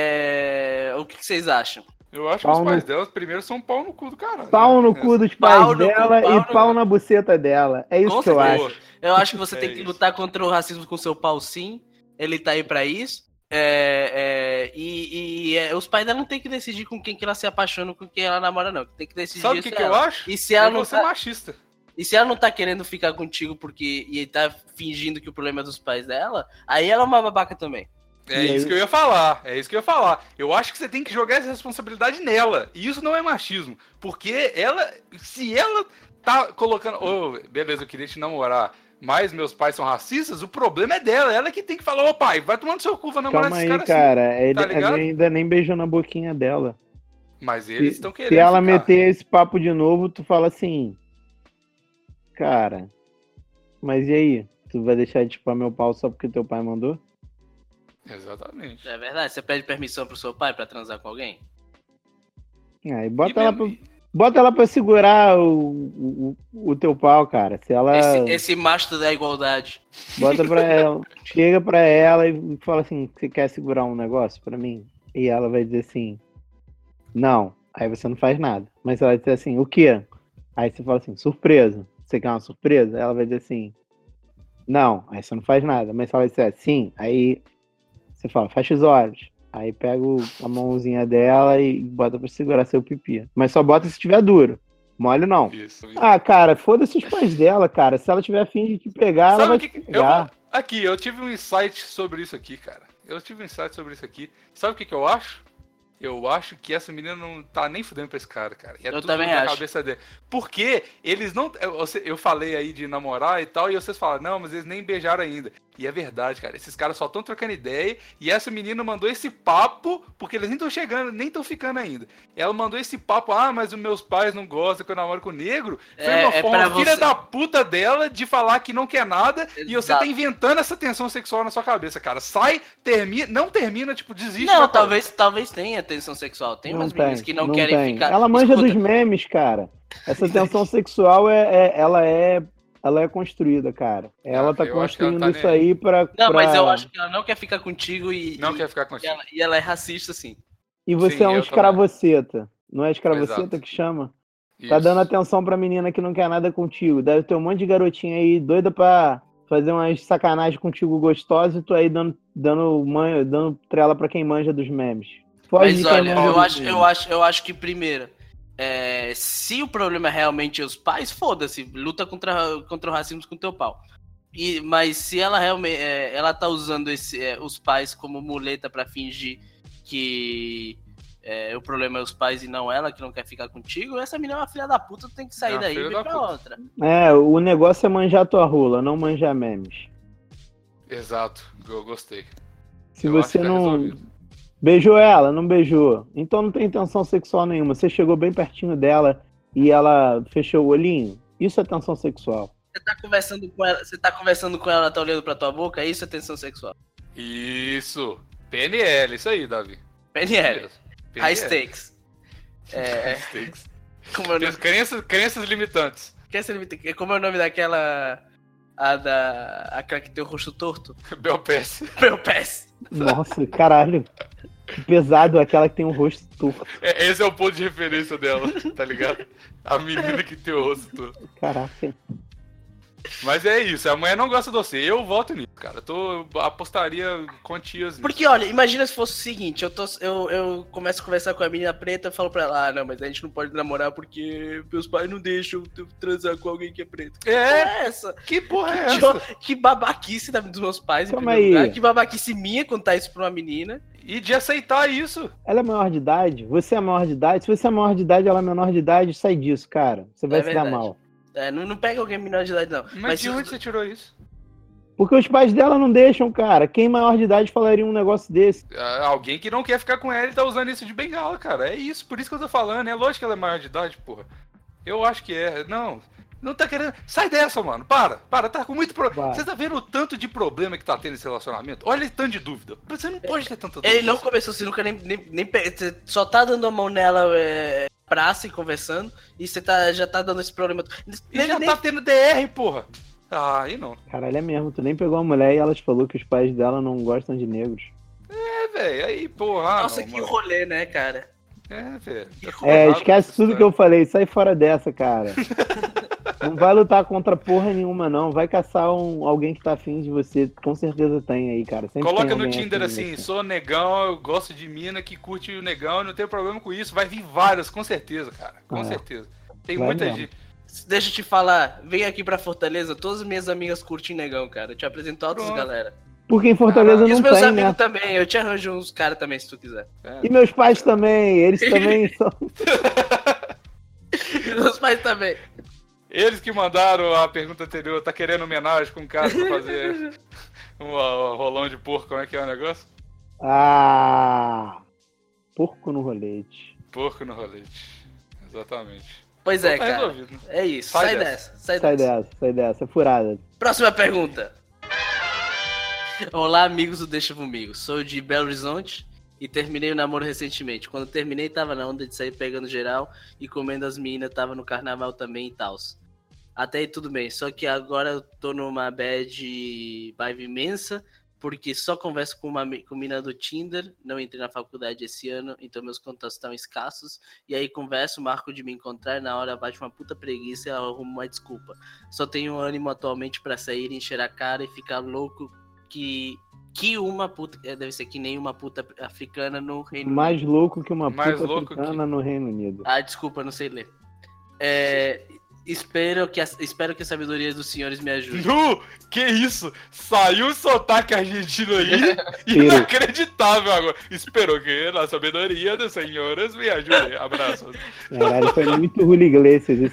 Speaker 2: Eh, o que, que vocês acham?
Speaker 3: Eu acho
Speaker 4: Pau
Speaker 3: que os
Speaker 4: no-
Speaker 3: pais delas primeiro são pau no cu do caralho.
Speaker 4: Pau no
Speaker 3: É.
Speaker 4: cu dos
Speaker 2: Pau
Speaker 4: pais
Speaker 2: no cu,
Speaker 4: dela
Speaker 2: pau
Speaker 4: e
Speaker 2: no cu.
Speaker 4: pau na buceta dela. É isso
Speaker 2: Com
Speaker 4: que eu
Speaker 2: certeza.
Speaker 4: acho.
Speaker 3: Boa.
Speaker 2: Eu acho que você
Speaker 3: É
Speaker 2: tem que
Speaker 3: isso.
Speaker 2: lutar contra o racismo com seu pau, sim. Ele tá aí pra isso. Eh, eh, e e, eh, os pais dela não tem que decidir com quem que ela se apaixona, com quem ela namora, não. Tem que decidir
Speaker 3: Sabe o
Speaker 2: isso
Speaker 3: que,
Speaker 2: é
Speaker 3: que eu
Speaker 2: ela.
Speaker 3: acho?
Speaker 2: E se ela
Speaker 3: eu
Speaker 2: não
Speaker 3: vou ser
Speaker 2: tá-
Speaker 3: machista.
Speaker 2: E se ela não tá querendo ficar contigo porque e tá fingindo que o problema é dos pais dela, aí ela é uma babaca também.
Speaker 3: É
Speaker 4: E aí-
Speaker 3: isso que eu ia falar. É isso que eu ia falar. Eu acho que você tem que jogar essa responsabilidade nela. E isso não é machismo. Porque ela. Se ela tá colocando. Ô, beleza, eu queria te namorar. Mas meus pais são racistas, o problema é dela. Ela que tem que falar, ô pai, vai tomando seu cu, vai namorar
Speaker 4: Calma
Speaker 3: esse
Speaker 4: aí,
Speaker 3: cara,
Speaker 4: cara.
Speaker 3: assim.
Speaker 4: Ele,
Speaker 3: tá ligado?
Speaker 4: ele ainda nem beijou na boquinha dela.
Speaker 3: assim." Mas eles estão querendo.
Speaker 4: Se ela
Speaker 3: ficar.
Speaker 4: meter esse papo de novo, tu fala assim. Cara, mas e aí? Tu vai deixar de chupar meu pau só porque teu pai mandou?
Speaker 3: Exatamente.
Speaker 2: É verdade? Você pede permissão pro seu pai pra transar com alguém?
Speaker 4: Aí
Speaker 3: E
Speaker 4: bota ela, pra,
Speaker 3: mesmo-
Speaker 4: bota ela pra segurar o, o, o teu pau, cara. Se ela.
Speaker 2: Esse, esse mastro da igualdade.
Speaker 4: Bota pra ela. chega pra ela e fala assim: você quer segurar um negócio pra mim? E ela vai dizer assim: não. Aí você não faz nada. Mas ela vai dizer assim: o quê? Aí você fala assim: surpresa. Você quer uma surpresa? Ela vai dizer assim: não. Aí você não faz nada. Mas se ela disser sim, aí você fala: fecha os olhos. Aí pega o- a mãozinha dela e bota pra segurar seu pipi. Mas só bota se estiver duro. Mole não.
Speaker 3: Isso. isso.
Speaker 4: Ah, cara, foda-se os pais dela, cara. Se ela tiver afim de te pegar, ela
Speaker 3: Sabe
Speaker 4: vai
Speaker 3: o que que-
Speaker 4: te
Speaker 3: eu
Speaker 4: pegar.
Speaker 3: vou- Aqui, eu tive um insight sobre isso aqui, cara. Eu tive um insight sobre isso aqui. Sabe o que, que eu acho? Eu acho que essa menina não tá nem fudendo pra esse cara, cara. E é
Speaker 2: Eu
Speaker 3: tudo
Speaker 2: também
Speaker 3: na
Speaker 2: acho.
Speaker 3: cabeça dele. Porque eles não. Eu, você- eu falei aí de namorar e tal, e vocês falam, não, mas eles nem beijaram ainda. E é verdade, cara. Esses caras só estão trocando ideia. E essa menina mandou esse papo, porque eles nem estão chegando, nem estão ficando ainda. Ela mandou esse papo, ah, mas os meus pais não gostam que eu namoro com negro. Foi
Speaker 2: É,
Speaker 3: uma
Speaker 2: é pra
Speaker 3: forma filha
Speaker 2: você-
Speaker 3: da puta dela de falar que não quer nada e você
Speaker 2: Exato.
Speaker 3: tá inventando essa tensão sexual na sua cabeça, cara. Sai, termina, não termina, tipo, desiste.
Speaker 2: não,
Speaker 3: vai pra
Speaker 2: talvez, talvez tenha tensão sexual. Tem umas meninas que não, querem
Speaker 4: tem.
Speaker 2: ficar.
Speaker 4: Ela manja
Speaker 2: Escuta,
Speaker 4: dos memes, cara. Essa tensão sexual é, é- ela é ela é construída, cara. Ela
Speaker 3: Ah,
Speaker 4: tá
Speaker 3: eu acho que ela
Speaker 4: construindo
Speaker 3: tá
Speaker 4: isso
Speaker 3: nem aí.
Speaker 4: aí pra,
Speaker 2: Não,
Speaker 4: pra-
Speaker 2: mas eu acho que ela não quer ficar contigo e,
Speaker 3: outra. Não
Speaker 2: e-
Speaker 3: quer ficar com
Speaker 2: e
Speaker 3: isso.
Speaker 2: ela, e ela é racista, sim.
Speaker 4: E você
Speaker 3: Sim,
Speaker 4: é um
Speaker 3: eu
Speaker 4: escravoceta. Não é escravoceta
Speaker 3: Exato.
Speaker 4: que chama? Tá
Speaker 3: Isso.
Speaker 4: dando atenção pra menina que não quer nada contigo. Deve ter um monte de garotinha aí doida pra fazer umas sacanagens contigo gostosa e tu aí dando, dando, man- dando trela pra quem manja dos memes. Foge de
Speaker 2: Mas
Speaker 4: quem
Speaker 2: olha,
Speaker 4: manja
Speaker 2: eu
Speaker 4: dos
Speaker 2: acho,
Speaker 4: memes.
Speaker 2: eu, acho, eu acho que primeiro, é, se o problema é realmente os pais, foda-se, luta contra, contra o racismo com teu pau. E, mas se ela realmente ela tá usando esse, é, os pais como muleta pra fingir que é, o problema é os pais e não ela que não quer ficar contigo, essa menina é uma filha da puta, tu tem que sair
Speaker 3: É uma
Speaker 2: daí e
Speaker 3: filha
Speaker 2: vir
Speaker 3: da
Speaker 2: pra
Speaker 3: puta.
Speaker 2: outra.
Speaker 4: É, o negócio é manjar tua rola, não manjar memes.
Speaker 3: Exato, eu gostei.
Speaker 4: Se
Speaker 3: Eu acho
Speaker 4: você
Speaker 3: que tá
Speaker 4: não.
Speaker 3: resolvido.
Speaker 4: Beijou ela, não beijou. Então não tem intenção sexual nenhuma. Você chegou bem pertinho dela e ela fechou o olhinho. Isso é tensão sexual.
Speaker 2: Você tá conversando com ela, você tá conversando com ela, ela tá olhando pra tua boca, isso é tensão sexual.
Speaker 3: Isso. PNL, isso aí, Davi.
Speaker 2: PNL,
Speaker 3: Beleza.
Speaker 2: high
Speaker 3: PNL.
Speaker 2: stakes. É,
Speaker 3: High stakes.
Speaker 2: como eu não
Speaker 3: Tem Crenças, crenças limitantes.
Speaker 2: Quer ser limite- Como é o nome daquela. A da. Aquela que tem o rosto torto?
Speaker 3: Belpes.
Speaker 2: Meu pés!
Speaker 4: Nossa, caralho. Que pesado aquela que tem um rosto torto.
Speaker 3: É, Esse é o ponto de referência dela, tá ligado? A menina que tem o rosto todo.
Speaker 4: Caraca.
Speaker 3: Mas é isso, a mulher não gosta de você. Eu voto nisso, cara. Eu Tô, eu apostaria quantias nisso.
Speaker 2: Porque, olha, imagina se fosse o seguinte: eu, tô, eu, eu começo a conversar com a menina preta, eu falo pra ela, ah, não, mas a gente não pode namorar porque meus pais não deixam eu transar com alguém que é preto. Que porra
Speaker 3: É,
Speaker 2: é essa?
Speaker 3: que porra é
Speaker 2: Que,
Speaker 3: essa?
Speaker 2: que babaquice da- dos meus pais, em
Speaker 4: Calma
Speaker 2: primeiro
Speaker 4: aí.
Speaker 2: lugar. Que babaquice minha contar isso pra uma menina.
Speaker 3: E de aceitar isso.
Speaker 4: Ela é maior de idade? Você é maior de idade? Se você é maior de idade, ela é menor de idade, sai disso, cara. Você vai
Speaker 2: É
Speaker 4: se
Speaker 2: verdade.
Speaker 4: dar mal.
Speaker 2: É, não, não pega alguém menor de idade, não.
Speaker 3: Mas,
Speaker 2: Mas,
Speaker 3: de
Speaker 2: se-
Speaker 3: onde você tirou isso?
Speaker 4: Porque os pais dela não deixam, cara. Quem maior de idade falaria um negócio desse?
Speaker 3: Ah, Alguém que não quer ficar com ela e tá usando isso de bengala, cara. É isso, por isso que eu tô falando. É lógico que ela é maior de idade, porra. Eu acho que é. Não, não tá querendo. Sai dessa, mano. Para, para. Tá com muito problema.
Speaker 4: Vai.
Speaker 3: Você tá vendo o tanto de problema que tá tendo esse relacionamento? Olha esse tanto de dúvida. Você não pode ter tanta dúvida.
Speaker 2: Ele não começou sinuca, nem, nem, nem pe- cê só tá dando a mão nela é, praça e conversando, e você tá, já tá dando esse problema.
Speaker 3: Ele
Speaker 2: Nem,
Speaker 3: já
Speaker 2: nem,
Speaker 3: tá tendo DR, porra. Ah, aí não.
Speaker 4: Caralho, é mesmo. Tu nem pegou a mulher e elas falou que os pais dela não gostam de negros.
Speaker 3: É, velho. Aí, porra. ah,
Speaker 2: Nossa,
Speaker 3: não,
Speaker 2: que
Speaker 3: mano.
Speaker 2: rolê, né, cara?
Speaker 3: É, velho. Tá
Speaker 4: É,
Speaker 3: complicado
Speaker 4: esquece
Speaker 3: essa
Speaker 4: tudo
Speaker 2: né?
Speaker 4: que
Speaker 3: história.
Speaker 4: eu falei, sai fora dessa, cara. não vai lutar contra porra nenhuma, não. Vai caçar um, alguém que tá afim de você, com certeza tem aí, cara. Sempre
Speaker 3: Coloca
Speaker 4: tem
Speaker 3: no
Speaker 4: alguém
Speaker 3: Tinder
Speaker 4: afim de
Speaker 3: assim,
Speaker 4: você.
Speaker 3: sou negão, eu gosto de mina que curte o negão, eu não tenho problema com isso. Vai vir várias, com certeza, cara. Com
Speaker 4: Ah,
Speaker 3: certeza. Tem
Speaker 4: vai
Speaker 3: muita
Speaker 4: mesmo.
Speaker 3: gente.
Speaker 2: Deixa eu te falar, vem aqui pra Fortaleza, todas as minhas amigas curtem negão, cara. Eu te apresento a outras
Speaker 3: Pronto.
Speaker 2: galera.
Speaker 4: Porque em Fortaleza
Speaker 2: e os
Speaker 4: não
Speaker 2: meus
Speaker 4: tem,
Speaker 2: amigos
Speaker 4: né?
Speaker 2: também, eu te arranjo uns caras também, se tu quiser.
Speaker 3: É.
Speaker 4: E meus pais também, eles também são.
Speaker 2: E meus pais também.
Speaker 3: Eles que mandaram a pergunta anterior, tá querendo homenagem com um cara pra fazer um, ó, rolão de porco, como é que é o negócio?
Speaker 4: Ah! Porco no rolete.
Speaker 3: Porco no rolete. Exatamente.
Speaker 2: Pois é,
Speaker 3: tá
Speaker 2: cara.
Speaker 3: resolvido. né?
Speaker 2: É isso,
Speaker 3: Sai
Speaker 2: sai,
Speaker 3: dessa.
Speaker 2: dessa. sai
Speaker 4: Sai
Speaker 2: dessa.
Speaker 4: dessa, sai dessa, é furada.
Speaker 2: Próxima pergunta. Olá, amigos do Deixa Comigo. Sou de Belo Horizonte e terminei o namoro recentemente. Quando terminei, tava na onda de sair pegando geral e comendo as meninas, tava no carnaval também e tal. Até aí tudo bem, só que agora eu tô numa bad vibe imensa, porque só converso com uma mi- com mina do Tinder, não entrei na faculdade esse ano, então meus contatos estão escassos, e aí converso, marco de me encontrar, na hora bate uma puta preguiça e eu arrumo uma desculpa. Só tenho ânimo atualmente pra sair, encher a cara e ficar louco que que uma puta, é, deve ser que nem uma puta africana no Reino Unido.
Speaker 4: Mais louco que uma
Speaker 3: Mais
Speaker 4: puta
Speaker 3: louco que-
Speaker 4: africana no Reino Unido.
Speaker 2: Ah, desculpa, não sei ler. É, espero que as, espero que a sabedoria dos senhores me ajude.
Speaker 3: Nu, que isso? Saiu o sotaque argentino aí?
Speaker 2: É.
Speaker 4: Tiro.
Speaker 3: Inacreditável agora. Espero que na sabedoria dos senhores me ajude. Abraço.
Speaker 4: Caralho, foi muito Julio Iglesias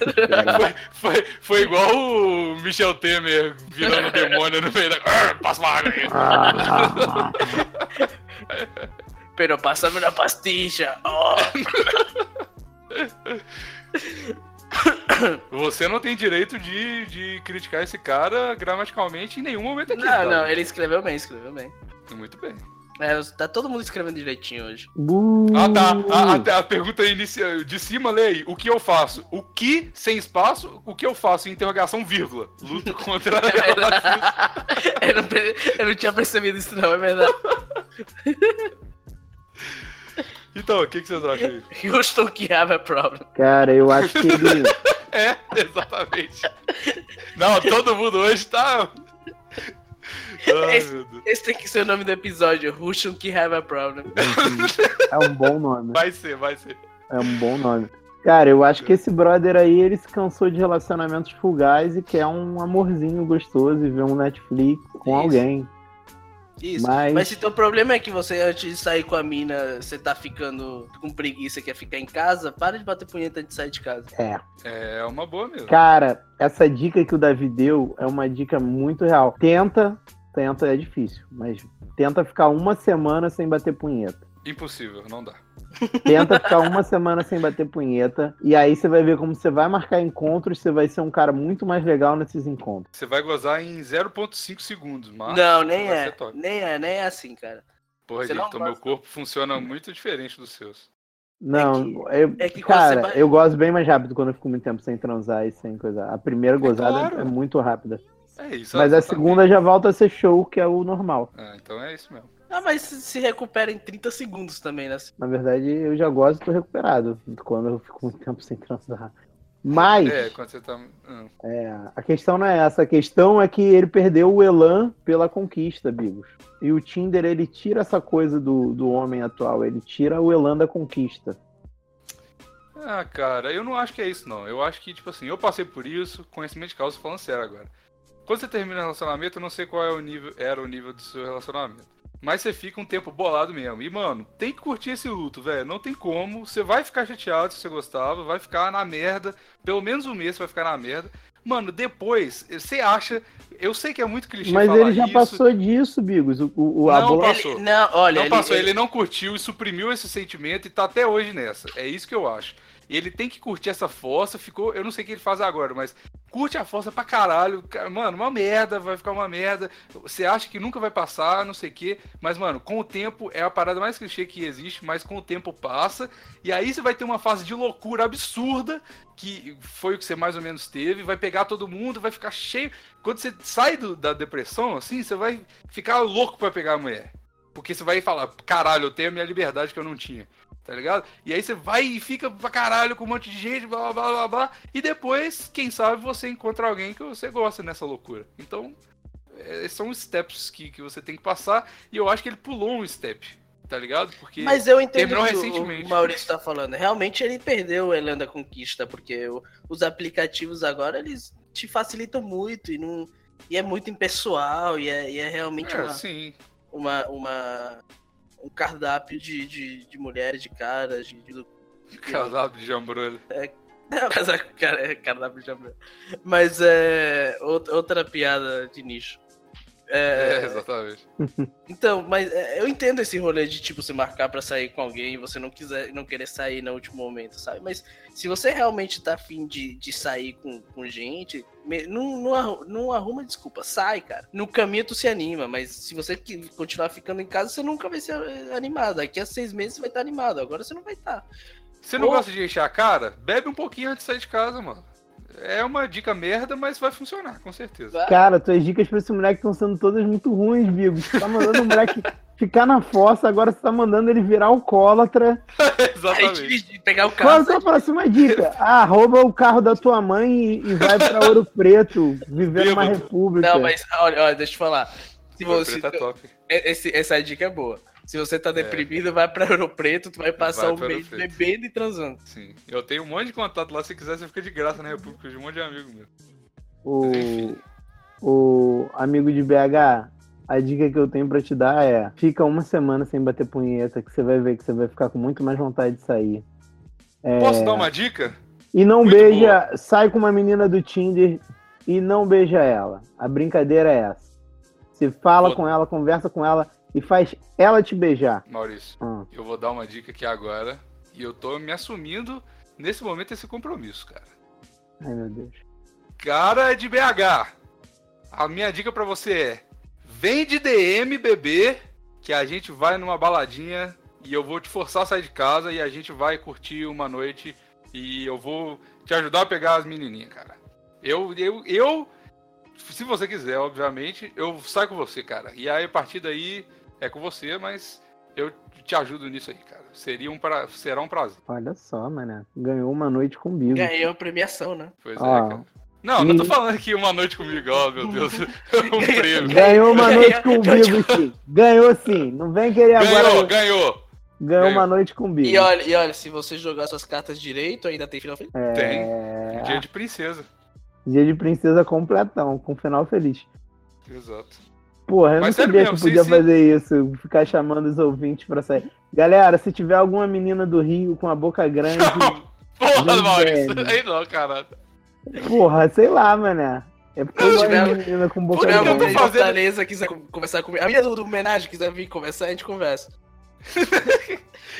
Speaker 4: esse cara.
Speaker 3: Foi, foi, foi igual o Michel Temer virando demônio no meio da. Arr, Passa uma água aí. tá.
Speaker 2: Pero passando na pastilha. ó.
Speaker 3: Você não tem direito de, de criticar esse cara gramaticalmente em nenhum momento aqui.
Speaker 2: Não, não,
Speaker 3: tá?
Speaker 2: ele escreveu bem, escreveu bem.
Speaker 3: Muito bem.
Speaker 2: É, tá todo mundo escrevendo direitinho hoje.
Speaker 4: Bu.
Speaker 3: Ah, tá. A, a- a pergunta inicial de cima, lei. O que eu faço? O que, sem espaço, o que eu faço? Interrogação, vírgula. Luto contra
Speaker 2: É
Speaker 3: ela.
Speaker 2: verdade. eu, não, pe- eu não tinha percebido isso, não, é verdade.
Speaker 3: Então, o que, que vocês acham aí?
Speaker 2: Houston, que have a
Speaker 3: ah.
Speaker 2: problem.
Speaker 4: Cara, eu acho que ele.
Speaker 3: É, exatamente. Não, todo mundo hoje tá. Ai, meu Deus.
Speaker 2: Esse tem que ser o nome do episódio, Russian que have a problem.
Speaker 4: É um bom nome.
Speaker 3: Vai ser, vai ser.
Speaker 4: É um bom nome. Cara, eu acho que esse brother aí, ele se cansou de relacionamentos fugazes e quer um amorzinho gostoso e ver um Netflix com
Speaker 2: Isso.
Speaker 4: alguém.
Speaker 2: Isso.
Speaker 4: Mas-
Speaker 2: Mas... se teu problema é que você, antes de sair com a mina, você tá ficando com preguiça, quer ficar em casa, para de bater punheta antes de sair de casa.
Speaker 4: É.
Speaker 3: É uma boa mesmo.
Speaker 4: Cara, essa dica que o Davi deu é uma dica muito real. Tenta, tenta, é difícil, mas tenta ficar uma semana sem bater punheta.
Speaker 3: Impossível, não dá.
Speaker 4: Tenta ficar uma semana sem bater punheta. E aí você vai ver como você vai marcar encontros, você vai ser um cara muito mais legal nesses encontros.
Speaker 3: Você vai gozar em 0.5 segundos, mas.
Speaker 2: não, nem
Speaker 3: né? vai
Speaker 2: é.
Speaker 3: ser top.
Speaker 2: Nem é, nem é assim, cara.
Speaker 3: Porra,
Speaker 2: Você
Speaker 3: gente,
Speaker 2: não
Speaker 3: então meu
Speaker 2: gosta.
Speaker 3: corpo funciona muito diferente dos seus.
Speaker 4: Não, eu,
Speaker 2: É que quando
Speaker 4: cara,
Speaker 2: você vai-
Speaker 4: eu gozo bem mais rápido quando eu fico muito tempo sem transar e sem coisar. A primeira gozada
Speaker 3: claro.
Speaker 4: é muito rápida.
Speaker 3: É isso.
Speaker 4: Mas a
Speaker 3: exatamente.
Speaker 4: segunda já volta a ser show, que é o normal.
Speaker 3: Ah, então é isso mesmo.
Speaker 2: Ah, mas se se recupera em 30 segundos também, né?
Speaker 4: Na verdade, eu já gosto e tô recuperado quando eu fico muito tempo sem transar. Mas
Speaker 3: É, quando você tá. hum.
Speaker 4: é, a questão não é essa. A questão é que ele perdeu o Elan pela conquista, Bigos. E o Tinder, ele tira essa coisa do, do homem atual. Ele tira o Elan da conquista.
Speaker 3: Ah, cara, eu não acho que é isso, não. Eu acho que, tipo assim, eu passei por isso, conhecimento de causa, falando sério agora. Quando você termina o relacionamento, eu não sei qual é o nível, era o nível do seu relacionamento. Mas você fica um tempo bolado mesmo. E, mano, tem que curtir esse luto, velho. Não tem como. Você vai ficar chateado se você gostava, vai ficar na merda. Pelo menos um mês você vai ficar na merda. Mano, depois, você acha. Eu sei que é muito clichê
Speaker 4: Mas
Speaker 3: falar
Speaker 4: ele já
Speaker 3: isso.
Speaker 4: passou disso, Bigos. O, o, o- a
Speaker 3: Não,
Speaker 4: bola-
Speaker 3: Não passou.
Speaker 2: Ele- não, olha,
Speaker 3: Não
Speaker 2: ele-
Speaker 3: passou,
Speaker 2: ele-
Speaker 3: ele... não curtiu e suprimiu esse sentimento e tá até hoje nessa. É isso que eu acho. Ele tem que curtir essa força, ficou. Eu não sei o que ele faz agora, mas curte a força pra caralho. Ca- Mano, uma merda, vai ficar uma merda. Você acha que nunca vai passar, não sei o quê. Mas, mano, com o tempo é a parada mais clichê que existe, mas com o tempo passa. E aí você vai ter uma fase de loucura absurda, que foi o que você mais ou menos teve. Vai pegar todo mundo, vai ficar cheio. Quando você sai do- da depressão, assim, você vai ficar louco pra pegar a mulher. Porque você vai falar, caralho, eu tenho a minha liberdade que eu não tinha. Tá ligado? E aí você vai e fica pra caralho com um monte de gente, blá blá blá blá blá. E depois, quem sabe, você encontra alguém que você gosta nessa loucura. Então, é, são os steps que, que você tem que passar. E eu acho que ele pulou um step, tá ligado? Porque.
Speaker 2: Mas eu entendo
Speaker 3: terminou
Speaker 2: o que o-
Speaker 3: recentemente.
Speaker 2: o Maurício tá falando. Realmente ele perdeu o Elan da Conquista, porque o- os aplicativos agora, eles te facilitam muito e não... E é muito impessoal, e é, e é realmente
Speaker 3: É,
Speaker 2: uma,
Speaker 3: sim.
Speaker 2: uma, uma- um cardápio de, de, de mulheres, de caras, de, de
Speaker 3: Casado de jambrulho.
Speaker 2: Não, mas a cara- é cardápio de abril. Mas é. out- Outra piada de nicho.
Speaker 3: É,
Speaker 2: É,
Speaker 3: exatamente.
Speaker 2: então, mas é, eu entendo esse rolê de tipo você marcar pra sair com alguém e você não quiser, não querer sair no último momento, sabe? Mas se você realmente tá afim de, de sair com, com gente, me- não, não, arru- não arruma desculpa, sai, cara. No caminho tu se anima, mas se você que- continuar ficando em casa, você nunca vai ser eh, animado. Daqui a seis meses você vai estar animado, agora você não vai tá. estar.
Speaker 3: Você não
Speaker 2: Ou-
Speaker 3: gosta de encher a cara? Bebe um pouquinho antes de sair de casa, mano. É uma dica merda, mas vai funcionar, com certeza.
Speaker 4: Cara, tuas dicas pra esse moleque estão sendo todas muito ruins, Bigo. Você tá mandando o moleque ficar na fossa, agora você tá mandando ele virar alcoólatra.
Speaker 2: Aí
Speaker 3: exatamente.
Speaker 2: dirigir, pegar o
Speaker 4: Qual
Speaker 2: carro.
Speaker 4: é a próxima dica? Ah, rouba o carro da tua mãe e, e vai pra Ouro Preto viver numa
Speaker 3: Bêbado.
Speaker 4: república.
Speaker 2: Não, mas olha, olha, deixa eu te falar. Se
Speaker 3: Ouro
Speaker 2: você, tá-
Speaker 3: Preto é top.
Speaker 2: esse- essa dica é boa. Se você tá deprimido, vai pra Ouro Preto, tu vai passar
Speaker 3: Vai
Speaker 2: um
Speaker 3: pra Ouro
Speaker 2: mês
Speaker 3: Preto.
Speaker 2: bebendo e transando.
Speaker 3: Sim. Eu tenho um monte de contato lá, se quiser, você fica de graça na República de um monte de amigo meu.
Speaker 4: O, o amigo de BH, a dica que eu tenho pra te dar é: fica uma semana sem bater punheta, que você vai ver que você vai ficar com muito mais vontade de sair.
Speaker 3: Posso dar uma dica?
Speaker 4: E não
Speaker 3: Muito
Speaker 4: beija, sai com uma menina do Tinder e não beija ela. A brincadeira é essa. Você fala
Speaker 3: Foda.
Speaker 4: com ela, conversa com ela e faz ela te beijar.
Speaker 3: Maurício,
Speaker 4: Hum.
Speaker 3: eu vou dar uma dica aqui agora. E eu tô me assumindo nesse momento esse compromisso, cara.
Speaker 4: Ai, meu Deus.
Speaker 3: Cara é de BH, a minha dica pra você é: vem de DM, bebê, que a gente vai numa baladinha e eu vou te forçar a sair de casa e a gente vai curtir uma noite e eu vou te ajudar a pegar as menininhas, cara. Eu, eu, eu, se você quiser, obviamente, eu saio com você, cara. E aí a partir daí é com você, mas eu te ajudo nisso aí, cara. Seria um pra... será um prazer.
Speaker 4: Olha só, mané. Ganhou uma noite comigo.
Speaker 2: Ganhei é uma premiação, né?
Speaker 3: Pois é,
Speaker 4: Ah.
Speaker 3: cara. Não, não tô falando que uma noite comigo, ó, meu Deus. É um prêmio.
Speaker 4: Ganhou uma
Speaker 2: Ganhou.
Speaker 4: noite com o Bigo, sim. Ganhou sim. Não vem querer
Speaker 3: Ganhou,
Speaker 4: agora.
Speaker 3: ganhou.
Speaker 4: Ganhou uma noite com o Bigo.
Speaker 2: E olha, e olha, se você jogar suas cartas direito, ainda tem final feliz.
Speaker 4: É,
Speaker 3: Tem. Dia de princesa.
Speaker 4: Dia de princesa completão, com final feliz.
Speaker 3: Exato.
Speaker 4: Porra, eu
Speaker 3: Mas
Speaker 4: não
Speaker 3: sério
Speaker 4: sabia
Speaker 3: mesmo,
Speaker 4: que podia
Speaker 3: sim, sim.
Speaker 4: fazer isso, ficar chamando os ouvintes pra sair. Galera, se tiver alguma menina do Rio com a boca grande,
Speaker 3: Porra,
Speaker 4: Bem
Speaker 3: Maurício.
Speaker 4: velho.
Speaker 3: Aí não, caralho.
Speaker 4: porra, sei lá, mané. É porque
Speaker 2: Não,
Speaker 4: eu gosto
Speaker 2: tiver-
Speaker 4: de menina com boca
Speaker 2: Por
Speaker 3: que eu tô
Speaker 2: exemplo, se
Speaker 4: grande.
Speaker 3: fazendo?
Speaker 2: Fortaleza quiser con- conversar comigo, a minha do do homenagem quiser vir conversar, a gente conversa.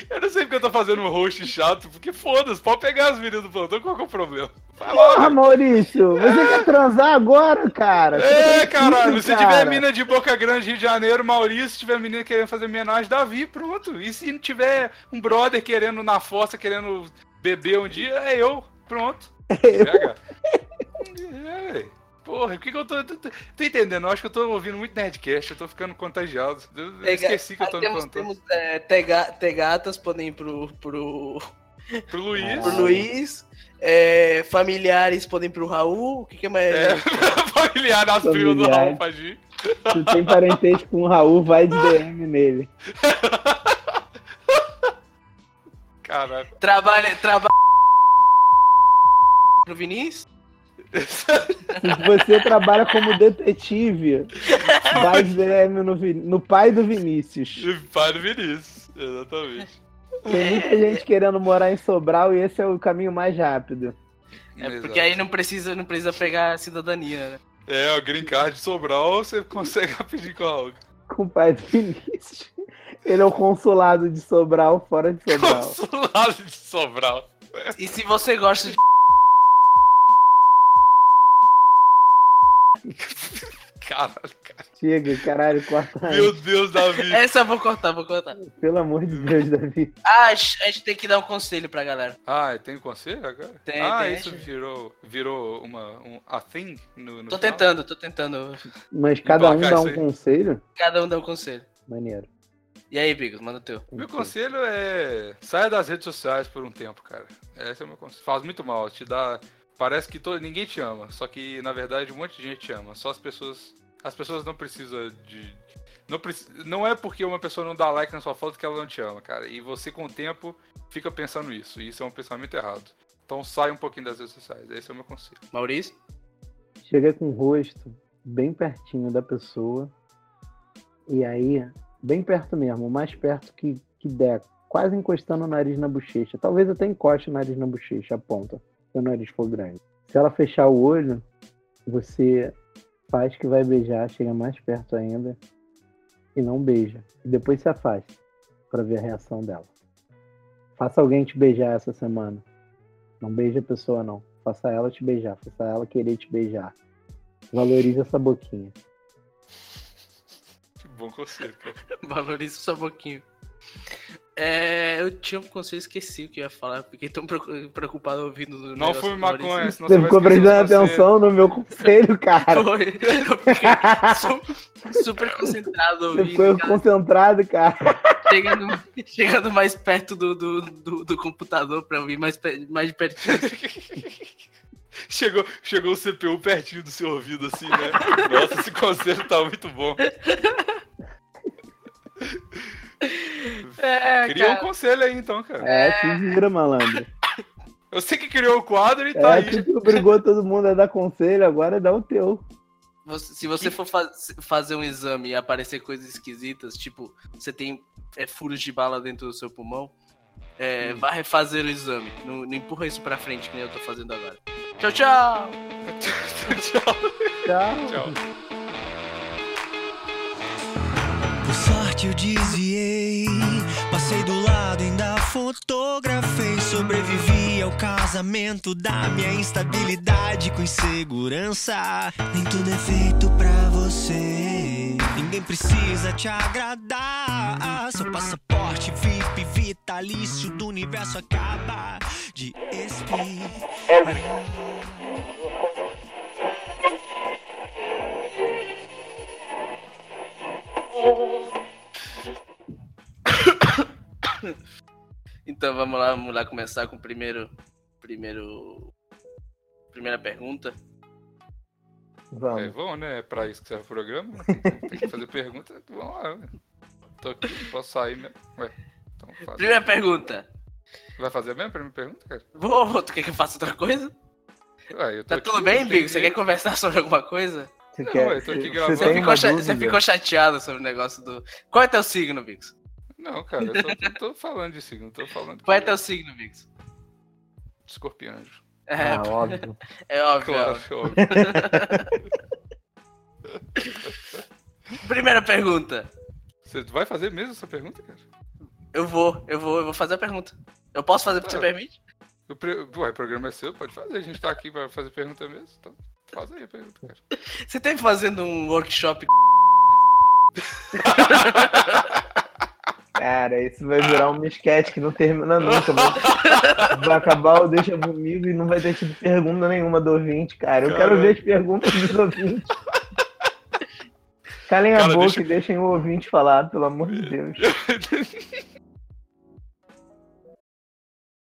Speaker 3: Eu não sei porque eu tô fazendo um host chato, porque foda-se, pode pegar as meninas do plantão, qual que é o problema? Vai
Speaker 4: Porra,
Speaker 3: lá.
Speaker 4: Maurício, você quer transar agora, cara?
Speaker 3: É,
Speaker 4: Você tá
Speaker 3: caralho,
Speaker 4: difícil,
Speaker 3: se tiver
Speaker 4: cara.
Speaker 3: mina de Boca Grande, Rio de Janeiro, Maurício, se tiver menina querendo fazer homenagem, Davi, pronto. E se tiver um brother querendo na fossa, querendo beber um dia, é eu, pronto. Pega. É, velho. Porra, por que, que eu tô, tô, tô- tô entendendo? Eu acho que eu tô ouvindo muito Nerdcast, eu tô ficando contagiado. Eu, eu esqueci que eu tô
Speaker 2: Ah,
Speaker 3: no
Speaker 2: temos,
Speaker 3: plantão.
Speaker 2: temos é, tega- Tegatas, podem ir pro, pro,
Speaker 3: Pro Luiz.
Speaker 2: pro Luiz. é, familiares podem ir pro Raul. O que, que é mais.
Speaker 3: É, familiar das primas do
Speaker 4: Ah. Familiar.
Speaker 3: Raul Pagi.
Speaker 4: Se tem parentesco com o Raul, vai de DM nele.
Speaker 3: Caralho.
Speaker 2: Trabalha. Traba... Pro Vinícius?
Speaker 4: Se você trabalha como detetive, vai de DM no, Vi- no pai do Vinícius.
Speaker 3: E Pai do Vinícius, exatamente.
Speaker 4: Tem muita gente querendo morar em Sobral e esse é o caminho mais rápido.
Speaker 2: É porque aí não precisa, não precisa pegar a cidadania, né?
Speaker 3: É, o Green Card de Sobral você consegue pedir com a Raul.
Speaker 4: Com o pai do Vinícius. Ele é o consulado de Sobral, fora de Sobral.
Speaker 3: Consulado de Sobral.
Speaker 2: E se você gosta de.
Speaker 3: Caralho, cara.
Speaker 4: Chega, caralho, corta aí.
Speaker 3: Meu Deus, Davi.
Speaker 2: Essa eu vou cortar, vou cortar.
Speaker 4: Pelo amor de Deus, Davi.
Speaker 2: Ah, a gente a gente tem que dar um conselho pra galera.
Speaker 3: Ah, tem conselho agora?
Speaker 2: Tem,
Speaker 3: ah,
Speaker 2: tem,
Speaker 3: isso
Speaker 2: gente.
Speaker 3: virou, virou uma, um, a thing no, no
Speaker 2: Tô
Speaker 3: final?
Speaker 2: tentando, tô tentando.
Speaker 4: Mas cada um
Speaker 3: Emplacar
Speaker 4: dá
Speaker 3: isso
Speaker 4: um
Speaker 3: aí.
Speaker 4: conselho?
Speaker 2: Cada um dá um conselho.
Speaker 4: Maneiro.
Speaker 2: E aí, Bigos, manda o teu.
Speaker 3: Meu conselho é saia das redes sociais por um tempo, cara. Esse é o meu conselho. Faz muito mal, te dá. Parece que todo... ninguém te ama, só que na verdade um monte de gente te ama. Só as pessoas, as pessoas não precisam de, não preci- não é porque uma pessoa não dá like na sua foto que ela não te ama, cara. E você com o tempo fica pensando isso. E isso é um pensamento errado. Então sai um pouquinho das redes sociais. Esse é o meu conselho.
Speaker 2: Maurício?
Speaker 4: Chega com o rosto bem pertinho da pessoa. E aí, bem perto mesmo, o mais perto que, que der. Quase encostando o nariz na bochecha. Talvez até encoste o nariz na bochecha, a ponta, se o nariz for grande. Se ela fechar o olho, você faz que vai beijar, chega mais perto ainda e não beija. E depois se afasta pra ver a reação dela. Faça alguém te beijar essa semana. Não beija a pessoa, não. Faça ela te beijar. Faça ela querer te beijar. Valorize essa boquinha.
Speaker 3: Que bom conselho, cara.
Speaker 2: Valoriza sua boquinha. É, eu tinha um conselho, esqueci o que eu ia falar. Fiquei tão preocu- preocupado ouvindo. o
Speaker 3: Não
Speaker 2: negócio
Speaker 3: fume
Speaker 2: do Maurício.
Speaker 3: maconha, senão
Speaker 4: Você
Speaker 3: você vai
Speaker 4: ficou
Speaker 3: esquecer
Speaker 4: prestando
Speaker 3: os conselhos.
Speaker 4: atenção no meu conselho, cara.
Speaker 2: Foi. Eu fiquei su- super concentrado
Speaker 4: Você
Speaker 2: ouvindo.
Speaker 4: ficou
Speaker 2: cara.
Speaker 4: concentrado, cara.
Speaker 2: Chegando, chegando mais perto do, do, do, do computador pra ouvir mais, pe- mais de pertinho.
Speaker 3: Chegou, chegou o CPU pertinho do seu ouvido, assim, né? Nossa, esse conselho tá muito bom.
Speaker 2: É,
Speaker 3: Cria um
Speaker 2: cara.
Speaker 3: conselho aí, então, cara.
Speaker 4: É, se vira, malandro.
Speaker 3: Eu sei que criou o quadro e tá
Speaker 4: É,
Speaker 3: aí.
Speaker 4: tu que obrigou todo mundo a dar conselho, agora dá o teu.
Speaker 2: Você- se você for faz- fazer um exame e aparecer coisas esquisitas, tipo, você tem é, furos de bala dentro do seu pulmão, é,
Speaker 3: Hum.
Speaker 2: vá refazer o exame. Não, não empurra isso pra frente, que nem eu tô fazendo agora. Tchau, tchau!
Speaker 3: Tchau,
Speaker 4: Tchau.
Speaker 3: tchau.
Speaker 1: Por sorte eu desviei, passei do lado, ainda fotografei. Sobrevivi ao casamento da minha instabilidade com insegurança. Nem tudo é feito pra você, ninguém precisa te agradar. Seu passaporte VIP vitalício do universo acaba de expirar.
Speaker 2: Então vamos lá, vamos lá começar com o primeiro. Primeiro. Primeira pergunta.
Speaker 4: Vamos.
Speaker 3: É, vão, né? É pra isso que serve o programa. Tem que fazer pergunta. Vamos lá. né? Tô aqui, posso sair mesmo. Ué, então faz.
Speaker 2: Primeira pergunta.
Speaker 3: Vai fazer mesmo a primeira pergunta, cara?
Speaker 2: Vou, vou, tu quer que eu faça outra coisa?
Speaker 3: Ué, eu tô
Speaker 2: Tá
Speaker 3: aqui,
Speaker 2: tudo
Speaker 3: eu
Speaker 2: bem,
Speaker 3: tenho
Speaker 2: Bigo? Você
Speaker 3: que-
Speaker 2: quer conversar sobre alguma coisa?
Speaker 4: Você
Speaker 3: Não,
Speaker 4: quer?
Speaker 3: eu tô aqui
Speaker 4: você-
Speaker 3: gravando.
Speaker 4: você
Speaker 2: Você
Speaker 4: tem
Speaker 2: ficou,
Speaker 4: uma
Speaker 2: cha- você
Speaker 4: dúvida?
Speaker 2: ficou chateado sobre o negócio do. Qual é teu signo, Bigos?
Speaker 3: Não, cara, eu tô, tô- tô falando de signo, tô falando.
Speaker 2: Qual é
Speaker 3: que-
Speaker 2: teu signo, Bigos?
Speaker 3: Escorpião. anjo.
Speaker 2: É,
Speaker 4: Ah, óbvio.
Speaker 2: é óbvio. é
Speaker 3: Claro,
Speaker 2: óbvio.
Speaker 3: óbvio.
Speaker 2: Primeira pergunta.
Speaker 3: Você vai fazer mesmo essa pergunta, cara?
Speaker 2: Eu vou, eu vou, eu vou fazer a pergunta. Eu posso fazer porque você
Speaker 3: Ah.
Speaker 2: permite?
Speaker 3: O, pre... Ué, o programa é seu, pode fazer. A gente tá aqui pra fazer pergunta mesmo. Então, faz aí a pergunta, cara.
Speaker 2: Você teve fazendo um workshop.
Speaker 4: Cara, isso vai virar um esquete que não termina nunca, mano. Vai acabar o Deixa Comigo e não vai ter tido pergunta nenhuma do ouvinte, cara. Eu quero
Speaker 3: Caramba.
Speaker 4: ver as perguntas dos ouvintes. Calem a
Speaker 3: Cara,
Speaker 4: boca
Speaker 3: deixa-
Speaker 4: e deixem o ouvinte falar, pelo amor de Deus.